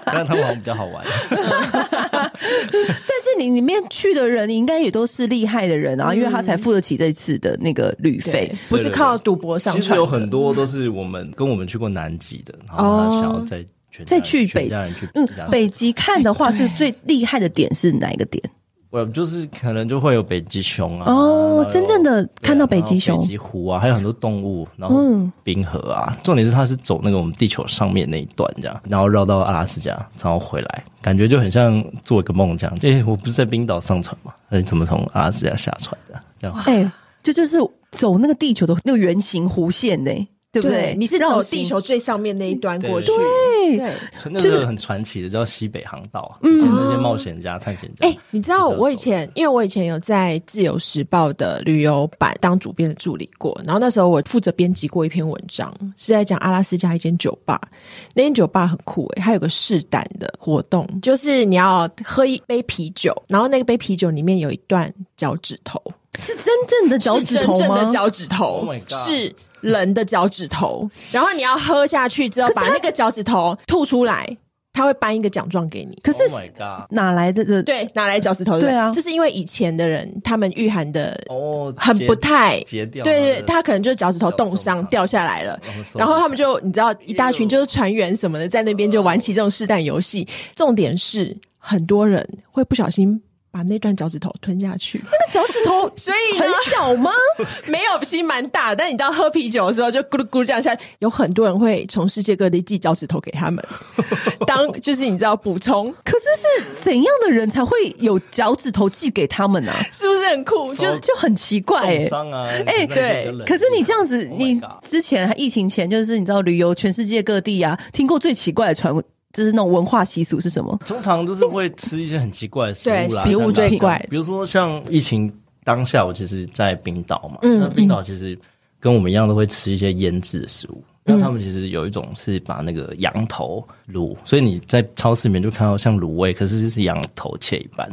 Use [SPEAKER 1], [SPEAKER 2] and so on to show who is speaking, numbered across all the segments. [SPEAKER 1] 但他们好像比较好玩。
[SPEAKER 2] 但是你里面去的人应该也都是厉害的人啊，因为他才付得起这次的那个旅费
[SPEAKER 3] 对。，不是靠赌博上
[SPEAKER 1] 其实
[SPEAKER 3] 船
[SPEAKER 1] 有
[SPEAKER 3] 的，
[SPEAKER 1] 很多都是我们跟我们去过南极的，然后他想要再全家
[SPEAKER 2] 哦再去
[SPEAKER 1] 全
[SPEAKER 2] 北
[SPEAKER 1] 家人去
[SPEAKER 2] 嗯
[SPEAKER 1] 北加，
[SPEAKER 2] 北极看的话是最厉害的点是哪一个点？
[SPEAKER 1] 我就是可能就会有北极熊 啊。然后
[SPEAKER 2] 哦，
[SPEAKER 1] 有
[SPEAKER 2] 真正的
[SPEAKER 1] 对啊
[SPEAKER 2] 看到
[SPEAKER 1] 然
[SPEAKER 2] 北
[SPEAKER 1] 后
[SPEAKER 2] 极熊
[SPEAKER 1] 北，极湖啊，还有很多动物，然后
[SPEAKER 2] 嗯
[SPEAKER 1] 冰河啊。重点是它是走那个我们地球上面那一段这样，然后绕到阿拉斯加，然后回来，感觉就很像做一个梦这样。哎、我不是在冰岛上船吗？哎，怎么从阿拉斯加下船的？这样
[SPEAKER 2] 哎，这就是走那个地球的那个圆形弧线呢，对不对？
[SPEAKER 3] 你是
[SPEAKER 2] 绕
[SPEAKER 3] 走
[SPEAKER 2] 行
[SPEAKER 3] 地球最上面那一端过去，
[SPEAKER 2] 对
[SPEAKER 3] 对。
[SPEAKER 1] 那个很传奇的叫西北航道啊，
[SPEAKER 2] 嗯
[SPEAKER 1] 以前那些冒险家、探险家。
[SPEAKER 3] 哎、 你知道我以前，因为我以前有在《自由时报》的旅游版当主编的助理过，然后那时候我负责编辑过一篇文章，是在讲阿拉斯加一间酒吧。那间酒吧很酷欸诶、它有个试胆的活动，就是你要喝一杯啤酒，然后那杯啤酒里面有一段脚趾头，
[SPEAKER 2] 是真正的脚趾头
[SPEAKER 3] 是真正
[SPEAKER 2] 吗
[SPEAKER 3] 的？脚趾头
[SPEAKER 1] Oh my god
[SPEAKER 3] 是人的脚趾头，然后你要喝下去之后，把那个脚趾头吐出来，他会颁一个奖状给你。
[SPEAKER 2] 可是
[SPEAKER 1] Oh my God！
[SPEAKER 2] 哪来的的？
[SPEAKER 3] 对，拿来脚趾头的。
[SPEAKER 2] 对啊
[SPEAKER 3] 这是因为以前的人他们御寒的
[SPEAKER 1] 哦，
[SPEAKER 3] 很不太。
[SPEAKER 1] 截掉，哦
[SPEAKER 3] 对对，他可能就是脚趾头冻伤掉下来了，然后他们就你知道一大群就是船员什么的在那边就玩起这种试弹游戏。重点是很多人会不小心把那段脚趾头吞 下去，
[SPEAKER 2] 那脚趾头
[SPEAKER 3] 所以呢
[SPEAKER 2] 很小吗？
[SPEAKER 3] 没有，其实蛮大的。但你知道喝啤酒的时候就咕噜咕噜这样下去，有很多人会从世界各地寄脚趾头给他们，当就是你知道补充，
[SPEAKER 2] 可是是怎样的人才会有脚趾头寄给他们呢、啊？
[SPEAKER 3] 是不是很酷？就
[SPEAKER 2] 就就很奇怪哎、
[SPEAKER 1] 冻伤啊，
[SPEAKER 2] 哎、
[SPEAKER 1] 那
[SPEAKER 3] 对
[SPEAKER 1] 就冷
[SPEAKER 2] 可是你这样子，
[SPEAKER 1] Oh my
[SPEAKER 2] 你
[SPEAKER 1] God
[SPEAKER 2] 之前疫情前就是你知道旅游全世界各地啊，听过最奇怪的传闻就是那种文化习俗是什么？
[SPEAKER 1] 通常都是会吃一些很奇怪的食物啦，
[SPEAKER 3] 对
[SPEAKER 1] 像
[SPEAKER 3] 食物最怪
[SPEAKER 1] 比如说像疫情当下，我其实在冰岛嘛，
[SPEAKER 3] 嗯
[SPEAKER 1] 那冰岛其实跟我们一样都会吃一些腌制的食物。
[SPEAKER 3] 嗯
[SPEAKER 1] 那他们其实有一种是把那个羊头卤，所以你在超市里面就看到像卤味，可是是羊头切一半。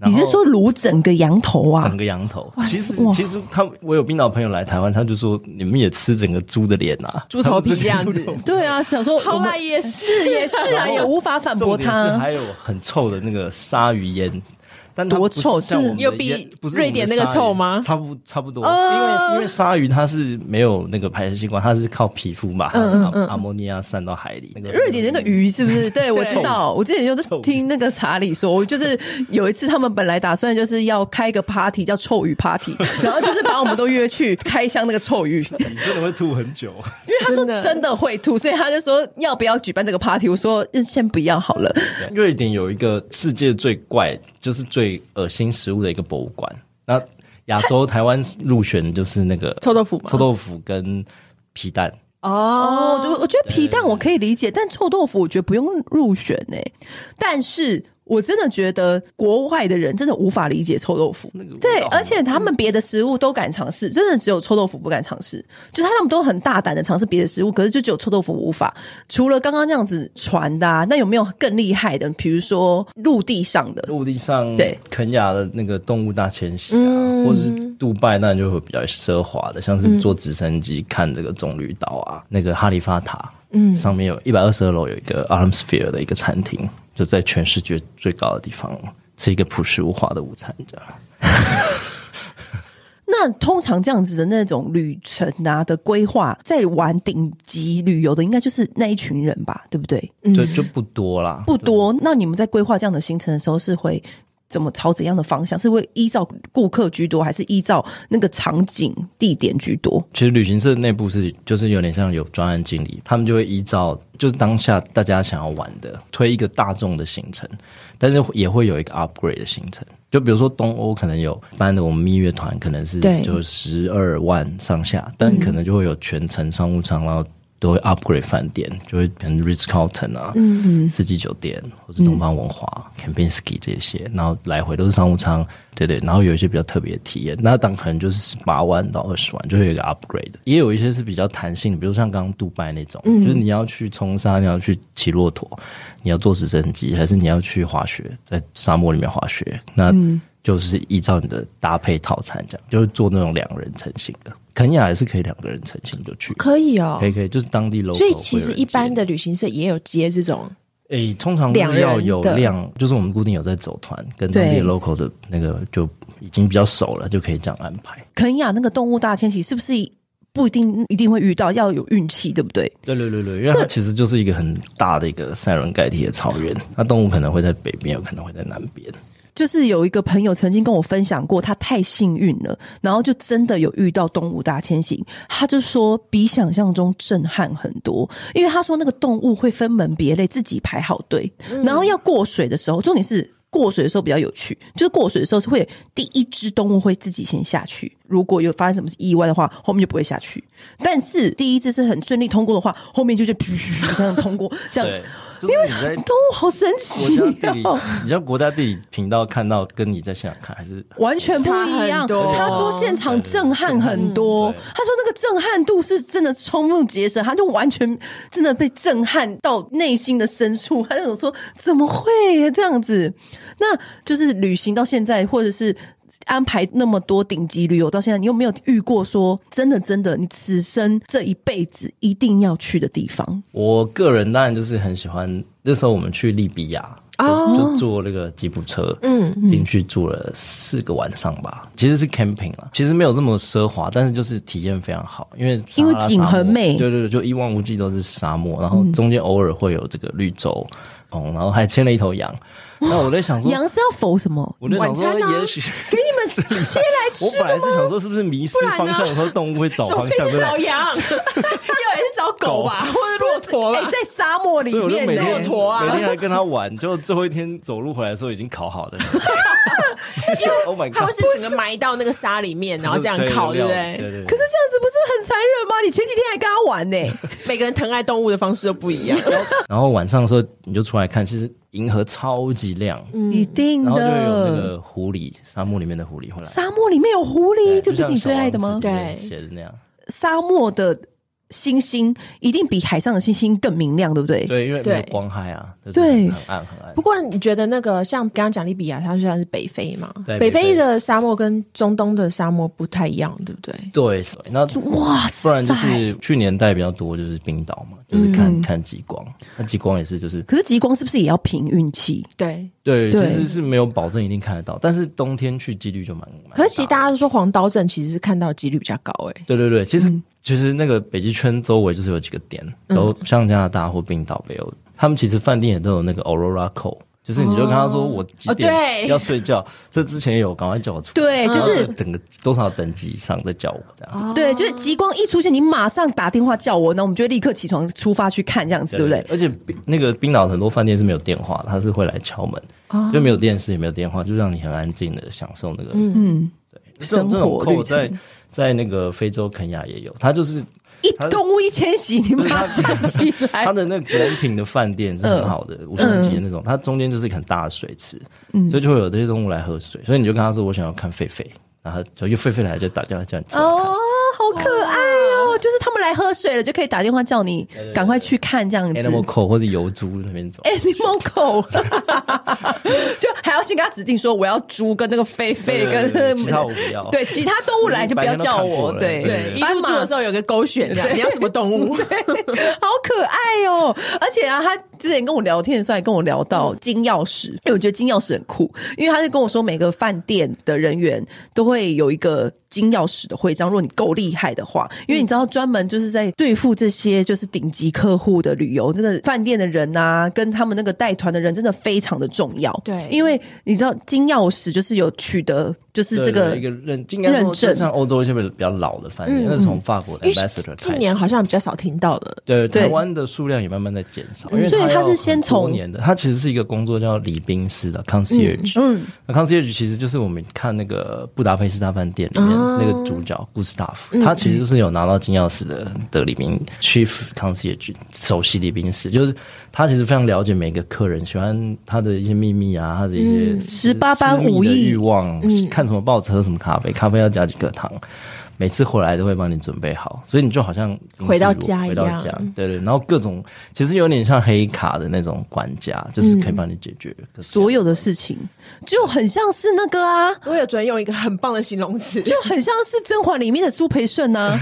[SPEAKER 1] 然
[SPEAKER 2] 你
[SPEAKER 1] 后
[SPEAKER 2] 是说卤整个羊头啊
[SPEAKER 1] 整？个羊头？其实
[SPEAKER 2] 哇
[SPEAKER 1] 其实他我有冰岛朋友来台湾，他就说你们也吃整个猪的脸啊，
[SPEAKER 3] 猪头皮这样子，
[SPEAKER 2] 对啊，想说我
[SPEAKER 3] 后
[SPEAKER 2] 们
[SPEAKER 3] 来也是也
[SPEAKER 2] 是啊，也无法反驳
[SPEAKER 1] 重点是
[SPEAKER 2] 他。
[SPEAKER 1] 还有很臭的那个鲨鱼烟，但它
[SPEAKER 2] 多
[SPEAKER 1] 不是
[SPEAKER 2] 臭
[SPEAKER 1] 像我们
[SPEAKER 2] 是
[SPEAKER 1] 的
[SPEAKER 3] 有比
[SPEAKER 1] 腌不是
[SPEAKER 3] 瑞
[SPEAKER 1] 我们的
[SPEAKER 3] 典那个
[SPEAKER 1] 鲨鱼
[SPEAKER 3] 臭吗
[SPEAKER 1] 差不差不多，
[SPEAKER 3] 哦
[SPEAKER 1] 因为因为鲨鱼它是没有那个排泄器官，它是靠皮肤嘛，它
[SPEAKER 3] 嗯嗯
[SPEAKER 1] 把阿莫尼亚散到海里。那个
[SPEAKER 2] 瑞典那个鱼是不是？对，我知道。我之前就是
[SPEAKER 1] 臭鱼
[SPEAKER 2] 听那个查理说，我就是有一次他们本来打算就是要开一个 party 叫臭鱼 party，然后就是把我们都约去开箱那个臭鱼，因
[SPEAKER 1] 你真的会吐很久。
[SPEAKER 2] 为他说
[SPEAKER 3] 真的
[SPEAKER 2] 真的会吐，所以他就说要不要举办这个 party？我说嗯先不要好了。
[SPEAKER 1] 对瑞典有一个世界最怪，就是最恶心食物的一个博物馆。那亚洲台湾入选的就是那个
[SPEAKER 3] 臭豆腐吗
[SPEAKER 1] 臭豆腐跟皮蛋。
[SPEAKER 2] 哦，
[SPEAKER 3] 哦，
[SPEAKER 2] 我我觉得皮蛋我可以理解，但臭豆腐我觉得不用入选呢、但是我真的觉得国外的人真的无法理解臭豆腐。
[SPEAKER 1] 那个味道
[SPEAKER 2] 对，
[SPEAKER 1] 很
[SPEAKER 2] 而且他们别的食物都敢尝试，真的只有臭豆腐不敢尝试。就是他们都很大胆的尝试别的食物，可是就只有臭豆腐无法。除了刚刚那样子传的、啊，那有没有更厉害的？比如说陆地上的，
[SPEAKER 1] 陆地上，
[SPEAKER 2] 对
[SPEAKER 1] 肯雅的那个动物大迁徙啊，
[SPEAKER 3] 嗯
[SPEAKER 1] 或者是杜拜，那就会比较奢华的，像是坐直升机看这个棕榈岛啊，那个哈利法塔，嗯，上面有一百二十二楼有一个 Armsphere 的一个餐厅，就在全世界最高的地方吃一个朴实无华的午餐，这样。
[SPEAKER 2] 那通常这样子的那种旅程啊的规划，在玩顶级旅游的，应该就是那一群人吧，对不对？
[SPEAKER 3] 嗯
[SPEAKER 1] 就就不多啦，
[SPEAKER 2] 不多。那你们在规划这样的行程的时候，是会怎么朝怎样的方向？是会依照顾客居多，还是依照那个场景地点居多？
[SPEAKER 1] 其实旅行社内部是就是有点像有专案经理，他们就会依照就是当下大家想要玩的推一个大众的行程，但是也会有一个 upgrade 的行程。就比如说东欧可能有班的我们蜜月团可能是
[SPEAKER 3] 对
[SPEAKER 1] 就十二万上下，但可能就会有全程商务舱，然后都会 upgrade 饭店，就会可能 Ritz Carlton 啊，嗯嗯，四季酒店或是东方文华、Kempinski
[SPEAKER 3] 嗯
[SPEAKER 1] 这些，然后来回都是商务舱，对对，然后有一些比较特别的体验，那当可能就是十八万到二十万，就会有一个 upgrade，也有一些是比较弹性的，比如像刚刚杜拜那种，
[SPEAKER 3] 嗯
[SPEAKER 1] 就是你要去冲沙，你要去骑骆驼，你要坐直升机，还是你要去滑雪，在沙漠里面滑雪，那。
[SPEAKER 3] 嗯
[SPEAKER 1] 就是依照你的搭配套餐这样，就是做那种两人成型的。肯雅也是可以两个人成型就去，
[SPEAKER 3] 可以哦
[SPEAKER 1] 可。以可以，就是当地 local
[SPEAKER 3] 所以其实
[SPEAKER 1] 会有人
[SPEAKER 3] 一般
[SPEAKER 1] 接
[SPEAKER 3] 的旅行社也有接这种，
[SPEAKER 1] 诶、通常就是要有
[SPEAKER 3] 两
[SPEAKER 1] 量，就是我们固定有在走团，跟当地
[SPEAKER 2] 对
[SPEAKER 1] local 的那个就已经比较熟了，就可以这样安排。
[SPEAKER 2] 肯啊雅那个动物大迁徙是不是不一定一定会遇到，要有运气，对不对？
[SPEAKER 1] 对对对对，因为它其实就是一个很大的一个塞伦盖蒂的草原，那动物可能会在北边，有可能会在南边。
[SPEAKER 2] 就是有一个朋友曾经跟我分享过，他太幸运了，然后就真的有遇到动物大迁徙，他就说比想象中震撼很多，因为他说那个动物会分门别类，自己排好队，然后要过水的时候，重点是。过水的时候比较有趣，就是过水的时候是会第一只动物会自己先下去，如果有发生什么意外的话，后面就不会下去。但是第一只是很顺利通过的话，后面就是噗噗噗这样通过，这样子
[SPEAKER 1] 对，就是你在
[SPEAKER 2] 动物好神奇
[SPEAKER 1] 国家地理
[SPEAKER 2] 哦！，
[SPEAKER 1] 你像国家地理频道看到，跟你在现场看还是
[SPEAKER 2] 完全不一
[SPEAKER 3] 差
[SPEAKER 2] 样。
[SPEAKER 3] 很多
[SPEAKER 2] 他说现场震撼很多，
[SPEAKER 1] 对
[SPEAKER 2] 他说那个震撼度是真的瞠目结舌，他就完全真的被震撼到内心的深处。他那种说怎么会这样子？那就是旅行到现在，或者是。安排那么多顶级旅游到现在，你有没有遇过说真的真的，你此生这一辈子一定要去的地方？
[SPEAKER 1] 我个人当然就是很喜欢，那时候我们去利比亚。就
[SPEAKER 3] 哦
[SPEAKER 1] 就坐那个吉普车，嗯，进去住了四个晚上吧，其实是 camping 啦，其实没有这么奢华，但是就是体验非常好，因为撒哈拉
[SPEAKER 2] 因为景
[SPEAKER 1] 沙漠
[SPEAKER 2] 很美
[SPEAKER 1] 对对对，就一望无际都是沙漠，然后中间偶尔会有这个绿洲，哦，然后还牵了一头羊，那我在想说，
[SPEAKER 2] 羊是要否什么？
[SPEAKER 1] 我在想
[SPEAKER 3] 晚
[SPEAKER 1] 说
[SPEAKER 3] 餐啊
[SPEAKER 1] 也许给你 们切来吃，我本来是想说是不是迷失
[SPEAKER 3] 不然呢
[SPEAKER 1] 方向的时候动物会找方向，对不对？
[SPEAKER 3] 羊，又 还是找狗吧，或者骆驼
[SPEAKER 2] 哎、
[SPEAKER 1] 啊
[SPEAKER 3] 吧。
[SPEAKER 2] 在沙漠里
[SPEAKER 1] 所以我就
[SPEAKER 2] 面
[SPEAKER 1] 每
[SPEAKER 2] 呢、
[SPEAKER 1] 天
[SPEAKER 3] 骆驼啊
[SPEAKER 1] 每天还跟他玩，就最后一天走路回来的时候已经烤好的。Oh my
[SPEAKER 3] 它会
[SPEAKER 1] god！
[SPEAKER 3] 是整个埋到那个沙里面，然后这样烤，对
[SPEAKER 1] 对
[SPEAKER 3] 不对？
[SPEAKER 1] 对对
[SPEAKER 2] 可
[SPEAKER 1] 对
[SPEAKER 2] 是这样子不是很残忍吗？你前几天还跟他玩呢、
[SPEAKER 3] 每个人疼爱动物的方式都不 一样。
[SPEAKER 1] 然后晚上的时候你就出来看，其实银河超级亮，
[SPEAKER 2] 一定
[SPEAKER 1] 然后就有那
[SPEAKER 2] 的。
[SPEAKER 1] 个狐狸，沙漠里面的狐狸会来。
[SPEAKER 2] 沙漠里面有狐狸，这
[SPEAKER 1] 对
[SPEAKER 2] 不是你最爱的吗
[SPEAKER 1] 就像小王子？里
[SPEAKER 3] 对
[SPEAKER 1] 面写的那样，
[SPEAKER 2] 沙漠的星星一定比海上的星星更明亮，对不对？
[SPEAKER 1] 对，因为没有
[SPEAKER 3] 对
[SPEAKER 1] 光害啊，就是
[SPEAKER 2] 对
[SPEAKER 1] 很暗很暗
[SPEAKER 3] 不。过你觉得那个像刚刚讲利比亚，它虽然是北非嘛，
[SPEAKER 1] 对
[SPEAKER 3] 北
[SPEAKER 1] 北非
[SPEAKER 3] 非的沙漠跟中东的沙漠不太一样，对不对？
[SPEAKER 1] 对，那
[SPEAKER 2] 哇塞！
[SPEAKER 1] 不然就是去年带比较多就是冰岛嘛，就是看、看极光，那极光也是就是
[SPEAKER 2] 可是极光是不是也要凭运气？
[SPEAKER 3] 对，
[SPEAKER 1] 对，
[SPEAKER 2] 对
[SPEAKER 1] 其实是没有保证一定看得到，但是冬天去几率就蛮蛮大的。
[SPEAKER 3] 可是其实大家都说黄刀镇其实是看到几率比较高、欸，
[SPEAKER 1] 对对对，其实、其实那个北极圈周围就是有几个点，然
[SPEAKER 3] 嗯
[SPEAKER 1] 后像加拿大或冰岛、北欧，他们其实饭店也都有那个 Aurora Call，就是你就跟他说我几
[SPEAKER 3] 哦对
[SPEAKER 1] 点要睡觉，这之前有赶快叫我出
[SPEAKER 2] 对，
[SPEAKER 1] 来，
[SPEAKER 2] 就是、
[SPEAKER 1] 整个多少等级以上再叫我这样。
[SPEAKER 2] 对，就是极光一出现，你马上打电话叫我，那我们就会立刻起床出发去看，这样子，对不对？？
[SPEAKER 1] 而且冰那个冰岛很多饭店是没有电话的，他是会来敲门，
[SPEAKER 2] 哦
[SPEAKER 1] 就没有电视也没有电话，就让你很安静的享受那个
[SPEAKER 2] 嗯，
[SPEAKER 1] 这种这
[SPEAKER 2] 生
[SPEAKER 1] 种
[SPEAKER 2] 活旅
[SPEAKER 1] 扣
[SPEAKER 2] 程
[SPEAKER 1] 在在那个非洲肯亚也有，它就是
[SPEAKER 2] 一动物一迁徙，你马上起来
[SPEAKER 1] 它。的那个 glamping 的饭店是
[SPEAKER 2] 嗯
[SPEAKER 1] 很好的，五星级的那种，它中间就是一个很大的水池，
[SPEAKER 2] 嗯
[SPEAKER 1] 所以就会有这些动物来喝水，所以你就跟他说我想要看狒狒，然后就又狒狒来就打电话叫你去 看。
[SPEAKER 2] 哦，好可爱 哦！就是他们来喝水了，就可以打电话叫你赶快去看这样子。哎
[SPEAKER 1] Animal call 或者游猪那边走，
[SPEAKER 2] Animal call，就还要先跟他指定说我要猪跟那个狒狒
[SPEAKER 1] 对对对
[SPEAKER 2] 跟
[SPEAKER 1] 其他我不要
[SPEAKER 2] 对其他动物来就不要叫我，
[SPEAKER 1] 白天都看过了
[SPEAKER 2] 对
[SPEAKER 1] 对
[SPEAKER 3] 一
[SPEAKER 2] 斑
[SPEAKER 3] 入
[SPEAKER 2] 马
[SPEAKER 3] 住的时候有个勾选，这样你要什么动 物？
[SPEAKER 2] 好可爱哦、而且啊，他之前跟我聊天的时候，还跟我聊到金钥匙，因为我觉得金钥匙很酷，因为他就跟我说，每个饭店的人员都会有一个金钥匙的徽章，如果你够厉害的话，因为你知道，专门就是在对付这些就是顶级客户的旅游，这个饭店的人啊，跟他们那个带团的人，真的非常的重要。
[SPEAKER 3] 对
[SPEAKER 2] 因为你知道金钥匙就是有取得，就是这
[SPEAKER 1] 对
[SPEAKER 2] 个
[SPEAKER 1] 对一个认，应该说
[SPEAKER 2] 认证嗯
[SPEAKER 1] 就像欧洲一些比较老的饭店，那是从法国的
[SPEAKER 3] 因为
[SPEAKER 1] ambassador
[SPEAKER 3] 近
[SPEAKER 1] 开
[SPEAKER 3] 年
[SPEAKER 1] 始。
[SPEAKER 3] 好像比较少听到了，
[SPEAKER 1] 对，
[SPEAKER 2] 对嗯
[SPEAKER 1] 台湾的数量也慢慢在减少，因为
[SPEAKER 2] 所以它
[SPEAKER 1] 它
[SPEAKER 2] 是
[SPEAKER 1] 要
[SPEAKER 2] 先
[SPEAKER 1] 很多
[SPEAKER 2] 从
[SPEAKER 1] 年的，它其实是一个工作叫礼宾师的 concierge，
[SPEAKER 2] 嗯，
[SPEAKER 1] 那康斯耶局其实就是我们看那个布达佩斯大饭店里面
[SPEAKER 3] 啊
[SPEAKER 1] 那个主角
[SPEAKER 2] 嗯
[SPEAKER 1] 古斯塔夫，他其实就是有拿到金钥匙的的礼宾 chief 康斯耶局首席礼宾师，就是他其实非常了解每个客人喜欢他的一些秘密啊，他的一些私
[SPEAKER 2] 18般嗯
[SPEAKER 1] 私密的
[SPEAKER 2] 武艺嗯
[SPEAKER 1] 欲望，看什么报纸喝什么咖啡，咖啡要加几个糖。每次回来都会帮你准备好，所以你就好像
[SPEAKER 3] 回到家一
[SPEAKER 1] 回到
[SPEAKER 3] 样
[SPEAKER 1] 家，对对。然后各种其实有点像黑卡的那种管家，
[SPEAKER 2] 嗯
[SPEAKER 1] 就是可以帮你解决各种
[SPEAKER 2] 所有的事情就很像是那个啊，
[SPEAKER 3] 我有昨天用一个很棒的形容词，
[SPEAKER 2] 就很像是《甄嬛》里面的苏培盛 啊，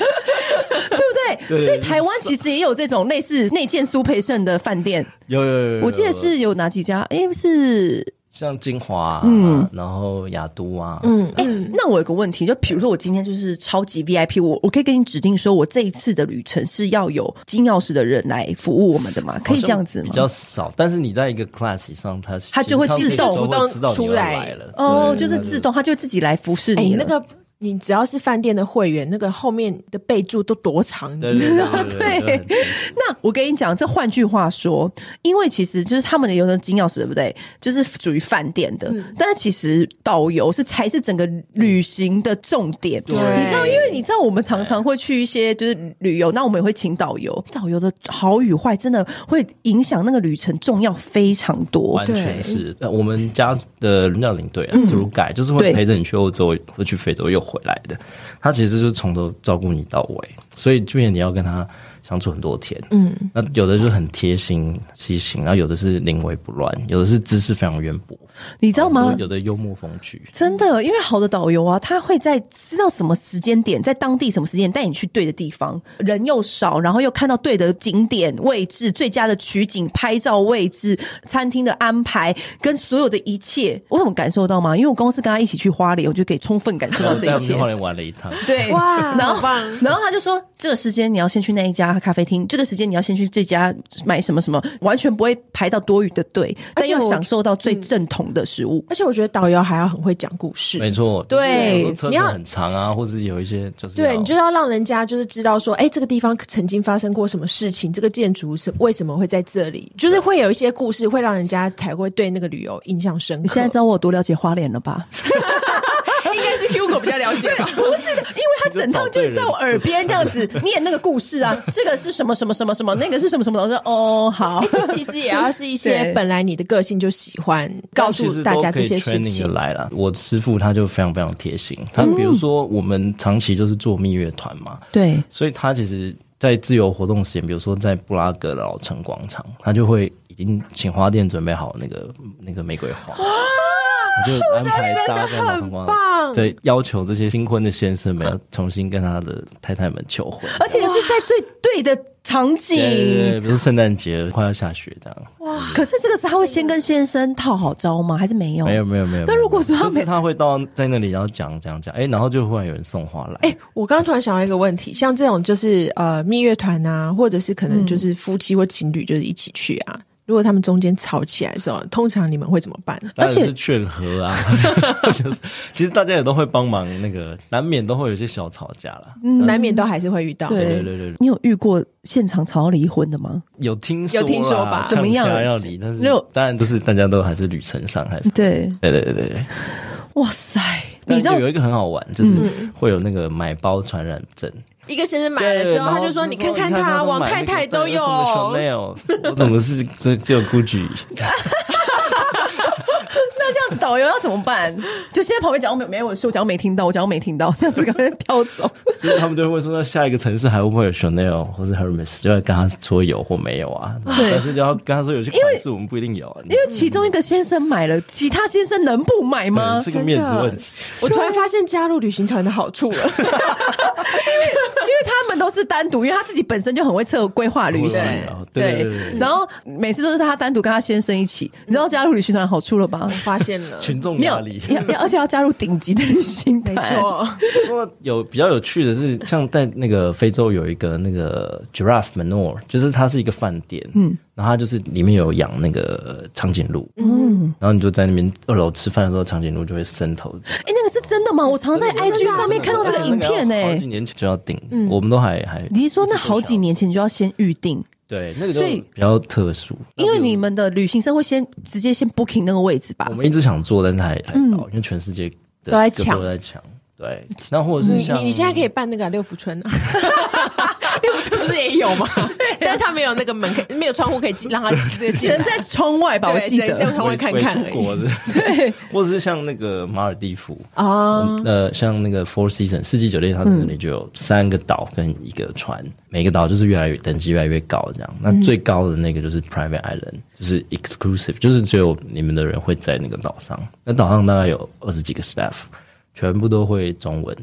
[SPEAKER 2] 对不对？
[SPEAKER 1] 对
[SPEAKER 2] 所以台湾其实也有这种类似内建苏培盛的饭店，
[SPEAKER 1] 有有有有有
[SPEAKER 2] 我记得是有哪几家？哎，是
[SPEAKER 1] 像精华、啊，
[SPEAKER 2] 嗯
[SPEAKER 1] 然后雅都啊，
[SPEAKER 3] 嗯
[SPEAKER 2] 哎，那我有个问题，就比如说我今天就是超级 VIP，我我可以跟你指定说我这一次的旅程是要有金钥匙的人来服务我们的吗？可以这样子
[SPEAKER 1] 比
[SPEAKER 2] 吗？
[SPEAKER 1] 较少，但是你在一个 class 以上，它
[SPEAKER 2] 它就会
[SPEAKER 1] 其实
[SPEAKER 2] 自动
[SPEAKER 1] 它会知道你
[SPEAKER 3] 出
[SPEAKER 1] 要
[SPEAKER 3] 来
[SPEAKER 1] 来了，
[SPEAKER 2] 哦，
[SPEAKER 1] 对
[SPEAKER 2] 就是
[SPEAKER 1] 它
[SPEAKER 2] 自动，他就会自己来服侍
[SPEAKER 3] 哎、
[SPEAKER 2] 你了
[SPEAKER 3] 那个你只要是饭店的会员，那个后面的备注都多长，
[SPEAKER 1] 对
[SPEAKER 3] 你
[SPEAKER 1] 对
[SPEAKER 3] 知道吗
[SPEAKER 1] 对对对对，
[SPEAKER 2] 那我跟你讲，这换句话说，因为其实就是他们的有那金钥匙，对不对？就是属于饭店的，但是其实导游是才是整个旅行的重点。
[SPEAKER 1] 对
[SPEAKER 2] 你知道，因为你知道，我们常常会去一些就是旅游，那我们也会请导游，导游的好与坏真的会影响那个旅程重要非常多
[SPEAKER 1] 完。全是。呃我们家的领导领队啊，s 如改就是
[SPEAKER 2] 嗯对
[SPEAKER 1] 会陪着你去欧洲或去非洲又回来的，他其实就是从头照顾你到尾，所以就业你要跟他。相处很多天，嗯，那有的就是很贴心细心，然后有的是临危不乱，有的是知识非常渊博，
[SPEAKER 2] 你知道吗？
[SPEAKER 1] 有的幽默风趣，
[SPEAKER 2] 真的，因为好的导游啊，他会在知道什么时间点，在当地什么时间带你去对的地方，人又少，然后又看到对的景点位置、最佳的取景、拍照位置、餐厅的安排跟所有的一切，我怎么感受到吗？因为我公司跟他一起去花莲，我就可以充分感受到这
[SPEAKER 1] 带
[SPEAKER 2] 一
[SPEAKER 1] 我们去
[SPEAKER 2] 切
[SPEAKER 1] 花。莲玩了一趟，
[SPEAKER 2] 对，
[SPEAKER 3] 哇
[SPEAKER 2] 然后
[SPEAKER 3] 好棒
[SPEAKER 2] 然后他就说，这个时间你要先去那一家咖啡厅，这个时间你要先去这家买什么什么，完全不会排到多余的队，
[SPEAKER 3] 而
[SPEAKER 2] 但
[SPEAKER 3] 且
[SPEAKER 2] 又
[SPEAKER 3] 我
[SPEAKER 2] 享受到最正统的食物。
[SPEAKER 3] 而且我觉得导游还要很会讲故事，
[SPEAKER 1] 没错，
[SPEAKER 2] 对
[SPEAKER 1] 就是有时候
[SPEAKER 3] 你
[SPEAKER 1] 车
[SPEAKER 3] 要
[SPEAKER 1] 程很长啊，或者是有一些就是
[SPEAKER 3] 对，
[SPEAKER 1] 要
[SPEAKER 3] 你就要让人家就是知道说，哎，这个地方曾经发生过什么事情，这个建筑是为什么会在这里，就是会有一些故事，会让人家才会对那个旅游印象深刻。哎
[SPEAKER 2] 你现在知道我有多了解花莲了吧？
[SPEAKER 3] 应该是 Hugo 比较了 解吧。
[SPEAKER 2] 不是的，因为他整套就是在我耳边这样子念那个故事啊，这个是什么什么什么什么，那个是什么什么，我说哦好，
[SPEAKER 3] 其实也要是一些
[SPEAKER 2] 对
[SPEAKER 3] 本来你的个性就喜欢告
[SPEAKER 1] 其实
[SPEAKER 3] 诉大家
[SPEAKER 1] 都
[SPEAKER 3] 这
[SPEAKER 1] 可以
[SPEAKER 3] 些事
[SPEAKER 1] training
[SPEAKER 3] 情嗯
[SPEAKER 1] 得。来了。我师傅他就非常非常贴心，他比如说我们长期就是做蜜月团嘛，
[SPEAKER 2] 对，
[SPEAKER 1] 所以他其实，在自由活动时间，比如说在布拉格的老城广场，他就会已经请花店准备好那个那个玫瑰花，你就安排大家在老城广场，对，要求这些新婚的先生们要重新跟他的太太们求婚。
[SPEAKER 2] 而且是在最对的场
[SPEAKER 1] 对
[SPEAKER 2] 景。
[SPEAKER 1] 对对对，比如圣诞节快要下雪这样，
[SPEAKER 2] 可是这个是他会先跟先生套好招吗？还是
[SPEAKER 3] 哦
[SPEAKER 2] 没有？
[SPEAKER 1] 没有没有没有。
[SPEAKER 2] 但如果说他
[SPEAKER 1] 他
[SPEAKER 2] 每
[SPEAKER 1] 是他会到在那里然后讲讲讲，哎，然后就忽然有人送花来，
[SPEAKER 3] 哎、我刚刚突然想到一个问题，像这种就是呃蜜月团啊，或者是可能就是夫妻或情侣就是一起去啊，如果他们中间吵起来的时候，通常你们会怎么办？
[SPEAKER 1] 当
[SPEAKER 2] 而且
[SPEAKER 1] 然是劝 和啊，就是其实大家也都会帮忙，那个难免都会有一些小吵架啦。
[SPEAKER 2] 嗯
[SPEAKER 3] 难免都还是会遇到。
[SPEAKER 2] 对
[SPEAKER 1] 对对对对，
[SPEAKER 2] 嗯你有遇过现场吵到离婚的吗？
[SPEAKER 1] 有听说啦
[SPEAKER 3] 有听说吧
[SPEAKER 2] 怎么样
[SPEAKER 1] 呛虾要离，但是
[SPEAKER 2] 六
[SPEAKER 1] 当然就是大家都还是旅程上还是
[SPEAKER 2] 对，
[SPEAKER 1] 对对对对对。
[SPEAKER 2] 哇塞，你
[SPEAKER 1] 但
[SPEAKER 2] 知道
[SPEAKER 1] 就有一个很好玩，就是会有那个买包传染症。
[SPEAKER 3] 一个先生嗯买了
[SPEAKER 1] 对
[SPEAKER 3] 之后，
[SPEAKER 1] 然
[SPEAKER 3] 他就说：“你看看他，
[SPEAKER 1] 都
[SPEAKER 3] 王
[SPEAKER 1] 买
[SPEAKER 3] 太
[SPEAKER 1] 那个
[SPEAKER 3] 太都
[SPEAKER 1] 对
[SPEAKER 3] 有。
[SPEAKER 1] 什么 Chanel，我怎么是 只只有 Gucci？
[SPEAKER 2] 那这样子导游要怎么办？就现在旁边讲我没没有我说，我讲我没听到，我讲我没听到，这 样子赶快
[SPEAKER 3] 哦
[SPEAKER 2] 飘走。
[SPEAKER 1] 就是他们都会问说，那下一个城市还会不会有 Chanel 或是 Hermes？就要跟他说有或没有啊。
[SPEAKER 2] 对
[SPEAKER 1] 但是就要跟他说有些款式我们不一定有啊。
[SPEAKER 2] 因为其中一个先生买了，其他先生能不买吗
[SPEAKER 1] 对，？是个面子问题。
[SPEAKER 3] 我突然发现加入旅行团的好处 了。
[SPEAKER 2] 因为他们都是单独，因为他自己本身就很会策规划旅行
[SPEAKER 1] 对哦。对对对对
[SPEAKER 2] 啊然后每次都是他单独跟他先生一起，你知道加入旅行团好处了吧
[SPEAKER 3] 我？发现了，
[SPEAKER 1] 群众
[SPEAKER 2] 没有
[SPEAKER 1] 压力，
[SPEAKER 2] 要要而且要加入顶级的旅行
[SPEAKER 3] 没
[SPEAKER 2] 团，
[SPEAKER 3] 错，
[SPEAKER 1] 说有 比较有趣的是，像在那个非洲有一个那个 Giraffe Manor，就是它是一个饭店，嗯，然后它就是里面有养那个长颈鹿，嗯，然后你就在那边二楼吃饭的时候，长颈鹿就会伸头进来。
[SPEAKER 2] 哎，那个是真的吗？我常在 IG 上面看到这个影片哎欸嗯呢、
[SPEAKER 1] 好几年前就要订，我们都还还
[SPEAKER 2] 你是说那好几年前你就要先预定，
[SPEAKER 1] 对那个就
[SPEAKER 2] 所以
[SPEAKER 1] 比较特殊，
[SPEAKER 2] 因为你们的旅行社会先直接先 booking 那个位置吧
[SPEAKER 1] 我？们一直想做，但是还还到，因为全世界的
[SPEAKER 3] 嗯都在
[SPEAKER 1] 各
[SPEAKER 3] 抢
[SPEAKER 1] 都在抢，对，然后或者是
[SPEAKER 3] 你
[SPEAKER 1] 像
[SPEAKER 3] 你你现在可以办那个啊、六福村 啊，六福村不是也有吗？
[SPEAKER 2] 啊
[SPEAKER 3] 但是他没有那个门可以，没有窗户可以进，让他 直接
[SPEAKER 2] 只
[SPEAKER 3] 进
[SPEAKER 2] 能
[SPEAKER 3] 来。
[SPEAKER 2] 在窗外吧，我
[SPEAKER 3] 对
[SPEAKER 2] 记
[SPEAKER 3] 只能这样
[SPEAKER 2] 得。
[SPEAKER 3] 稍微
[SPEAKER 1] 伪
[SPEAKER 3] 看
[SPEAKER 1] 伪
[SPEAKER 3] 看
[SPEAKER 1] 出
[SPEAKER 3] 而已
[SPEAKER 1] 国的，对， 或者是像那个马尔地夫，
[SPEAKER 3] 啊，
[SPEAKER 1] 呃，像那个 Four Season 四季酒店，它
[SPEAKER 3] 嗯
[SPEAKER 1] 那里就有三个岛跟一个船，每个岛就是越来越等级越来越高，这样。那
[SPEAKER 3] 嗯
[SPEAKER 1] 最高的那个就是 Private Island，就是 exclusive，就是只有你们的人会在那个岛上。那岛上大概有二十几个 staff，全部都会中文，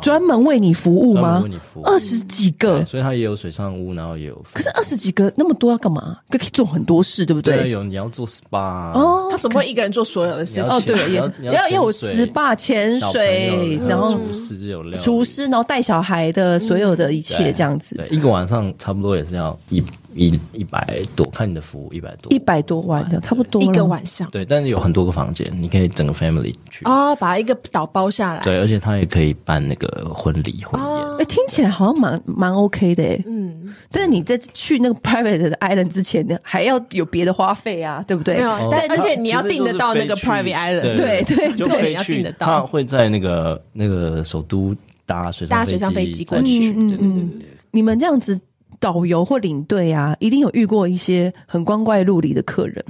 [SPEAKER 2] 专门为你服务
[SPEAKER 1] 专门
[SPEAKER 2] 吗
[SPEAKER 1] 为你服务？
[SPEAKER 2] 二十几
[SPEAKER 1] 对，
[SPEAKER 2] 个，
[SPEAKER 1] 所以它也有水上屋，然后也有。
[SPEAKER 2] 可是二十几个那么多要干嘛？可以做很多事，对不
[SPEAKER 1] 对啊，
[SPEAKER 2] 对？
[SPEAKER 1] 有你要做 SPA 啊
[SPEAKER 2] 哦
[SPEAKER 3] 他总不会一个人做所有的事
[SPEAKER 1] 你
[SPEAKER 2] 哦，
[SPEAKER 3] 情。
[SPEAKER 1] 要
[SPEAKER 2] 对，
[SPEAKER 1] 潜
[SPEAKER 2] 也是
[SPEAKER 1] 你要
[SPEAKER 2] 要
[SPEAKER 1] 潜
[SPEAKER 2] 有
[SPEAKER 1] 水
[SPEAKER 2] SPA 潜
[SPEAKER 1] 小朋
[SPEAKER 2] 水，
[SPEAKER 1] 友
[SPEAKER 2] 然后
[SPEAKER 1] 厨师有料理
[SPEAKER 2] 厨师，然后带小孩的所有的一切
[SPEAKER 1] 对
[SPEAKER 2] 这样子，
[SPEAKER 1] 对，一个晚上差不多也是要一一一百多，看你的服务一百多，
[SPEAKER 2] 一百多万的差不多
[SPEAKER 3] 一个
[SPEAKER 2] 了
[SPEAKER 3] 晚上
[SPEAKER 1] 对，但是有很多个房间，你可以整个 family 去。
[SPEAKER 3] 哦，把一个岛包下来。
[SPEAKER 1] 对，而且他也可以办那个婚礼婚宴。
[SPEAKER 2] 哎、听起来好像蛮蛮 OK 的哎，嗯，但是你在去那个 private 的 island 之前呢，还要有别的花费啊，对不对？
[SPEAKER 3] 没有
[SPEAKER 1] 哦
[SPEAKER 3] 但
[SPEAKER 1] 它
[SPEAKER 3] 而且你要订得到那个
[SPEAKER 1] 其实就是
[SPEAKER 3] private island
[SPEAKER 1] 飞去
[SPEAKER 2] 对对
[SPEAKER 1] 就
[SPEAKER 3] 对
[SPEAKER 1] 飞
[SPEAKER 3] 你要
[SPEAKER 1] 去
[SPEAKER 3] 订得到
[SPEAKER 1] 他会在那个那个首都搭水
[SPEAKER 3] 搭水上飞机
[SPEAKER 1] 机
[SPEAKER 3] 过
[SPEAKER 1] 再
[SPEAKER 3] 去
[SPEAKER 1] 对对对对对。
[SPEAKER 2] 你们这样子导游或领队啊，一定有遇过一些很光怪陆离的客 人。